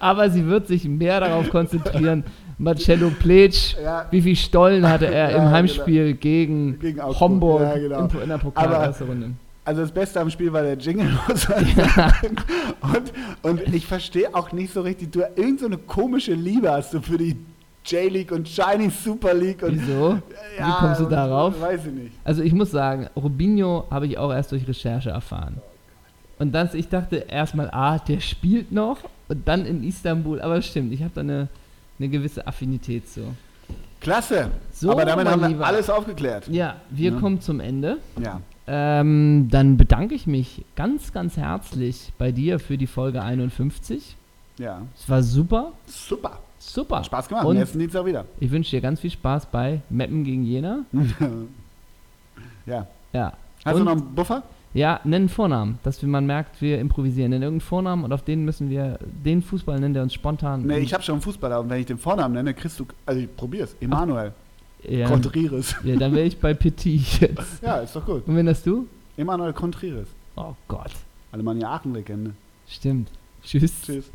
E: Aber sie wird sich mehr darauf konzentrieren. Marcello Plec,
D: Ja.
E: wie viel Stollen hatte er
D: Ja,
E: im
D: genau.
E: Heimspiel gegen,
D: Gegen Augsburg.
E: Homburg
D: Ja, genau.
E: im- in der
D: Aber-
E: Pokal-Runde?
D: Also das Beste am Spiel war der Jingle. und, und ich verstehe auch nicht so richtig, du irgend so eine komische Liebe hast du für die J-League und Chinese Super League und Äh,
E: Wieso? wie kommst du darauf?
D: Weiß ich nicht.
E: Also ich muss sagen, Robinho habe ich auch erst durch Recherche erfahren. Und dann, ich dachte erstmal, ah, der spielt noch und dann in Istanbul. Aber es stimmt, ich habe da eine, eine gewisse Affinität zu.
D: Klasse.
E: So,
D: Aber damit
E: mein
D: haben wir
E: Lieber.
D: alles aufgeklärt.
E: Ja, wir kommen zum Ende.
D: Ja.
E: Ähm, dann bedanke ich mich ganz, ganz herzlich bei dir für die Folge 51.
D: Ja.
E: Es war super,
D: Super.
E: super.
D: Hat Spaß gemacht.
E: Und
D: Nächsten Dienstag wieder.
E: ich wünsche dir ganz viel Spaß bei Meppen gegen Jena.
D: ja. Also
E: Ja.
D: Hast
E: und,
D: du noch einen Buffer?
E: Ja, nennen Vornamen, dass wir, man merkt, wir improvisieren. Nennen irgendeinen Vornamen und auf den müssen wir, den Fußball nennen, der uns spontan.
D: Nee, ich habe schon einen Fußballer und wenn ich den Vornamen nenne, kriegst du. Also ich probier's. Emanuel.
E: ja,
D: Contreras.
E: ja, dann wäre ich bei Petit jetzt.
D: Ja, ist doch gut.
E: Und wenn das du?
D: Emanuel Contreras.
E: Oh Gott,
D: Alemannia Aachen-Legende.
E: stimmt. Tschüss.
D: Tschüss.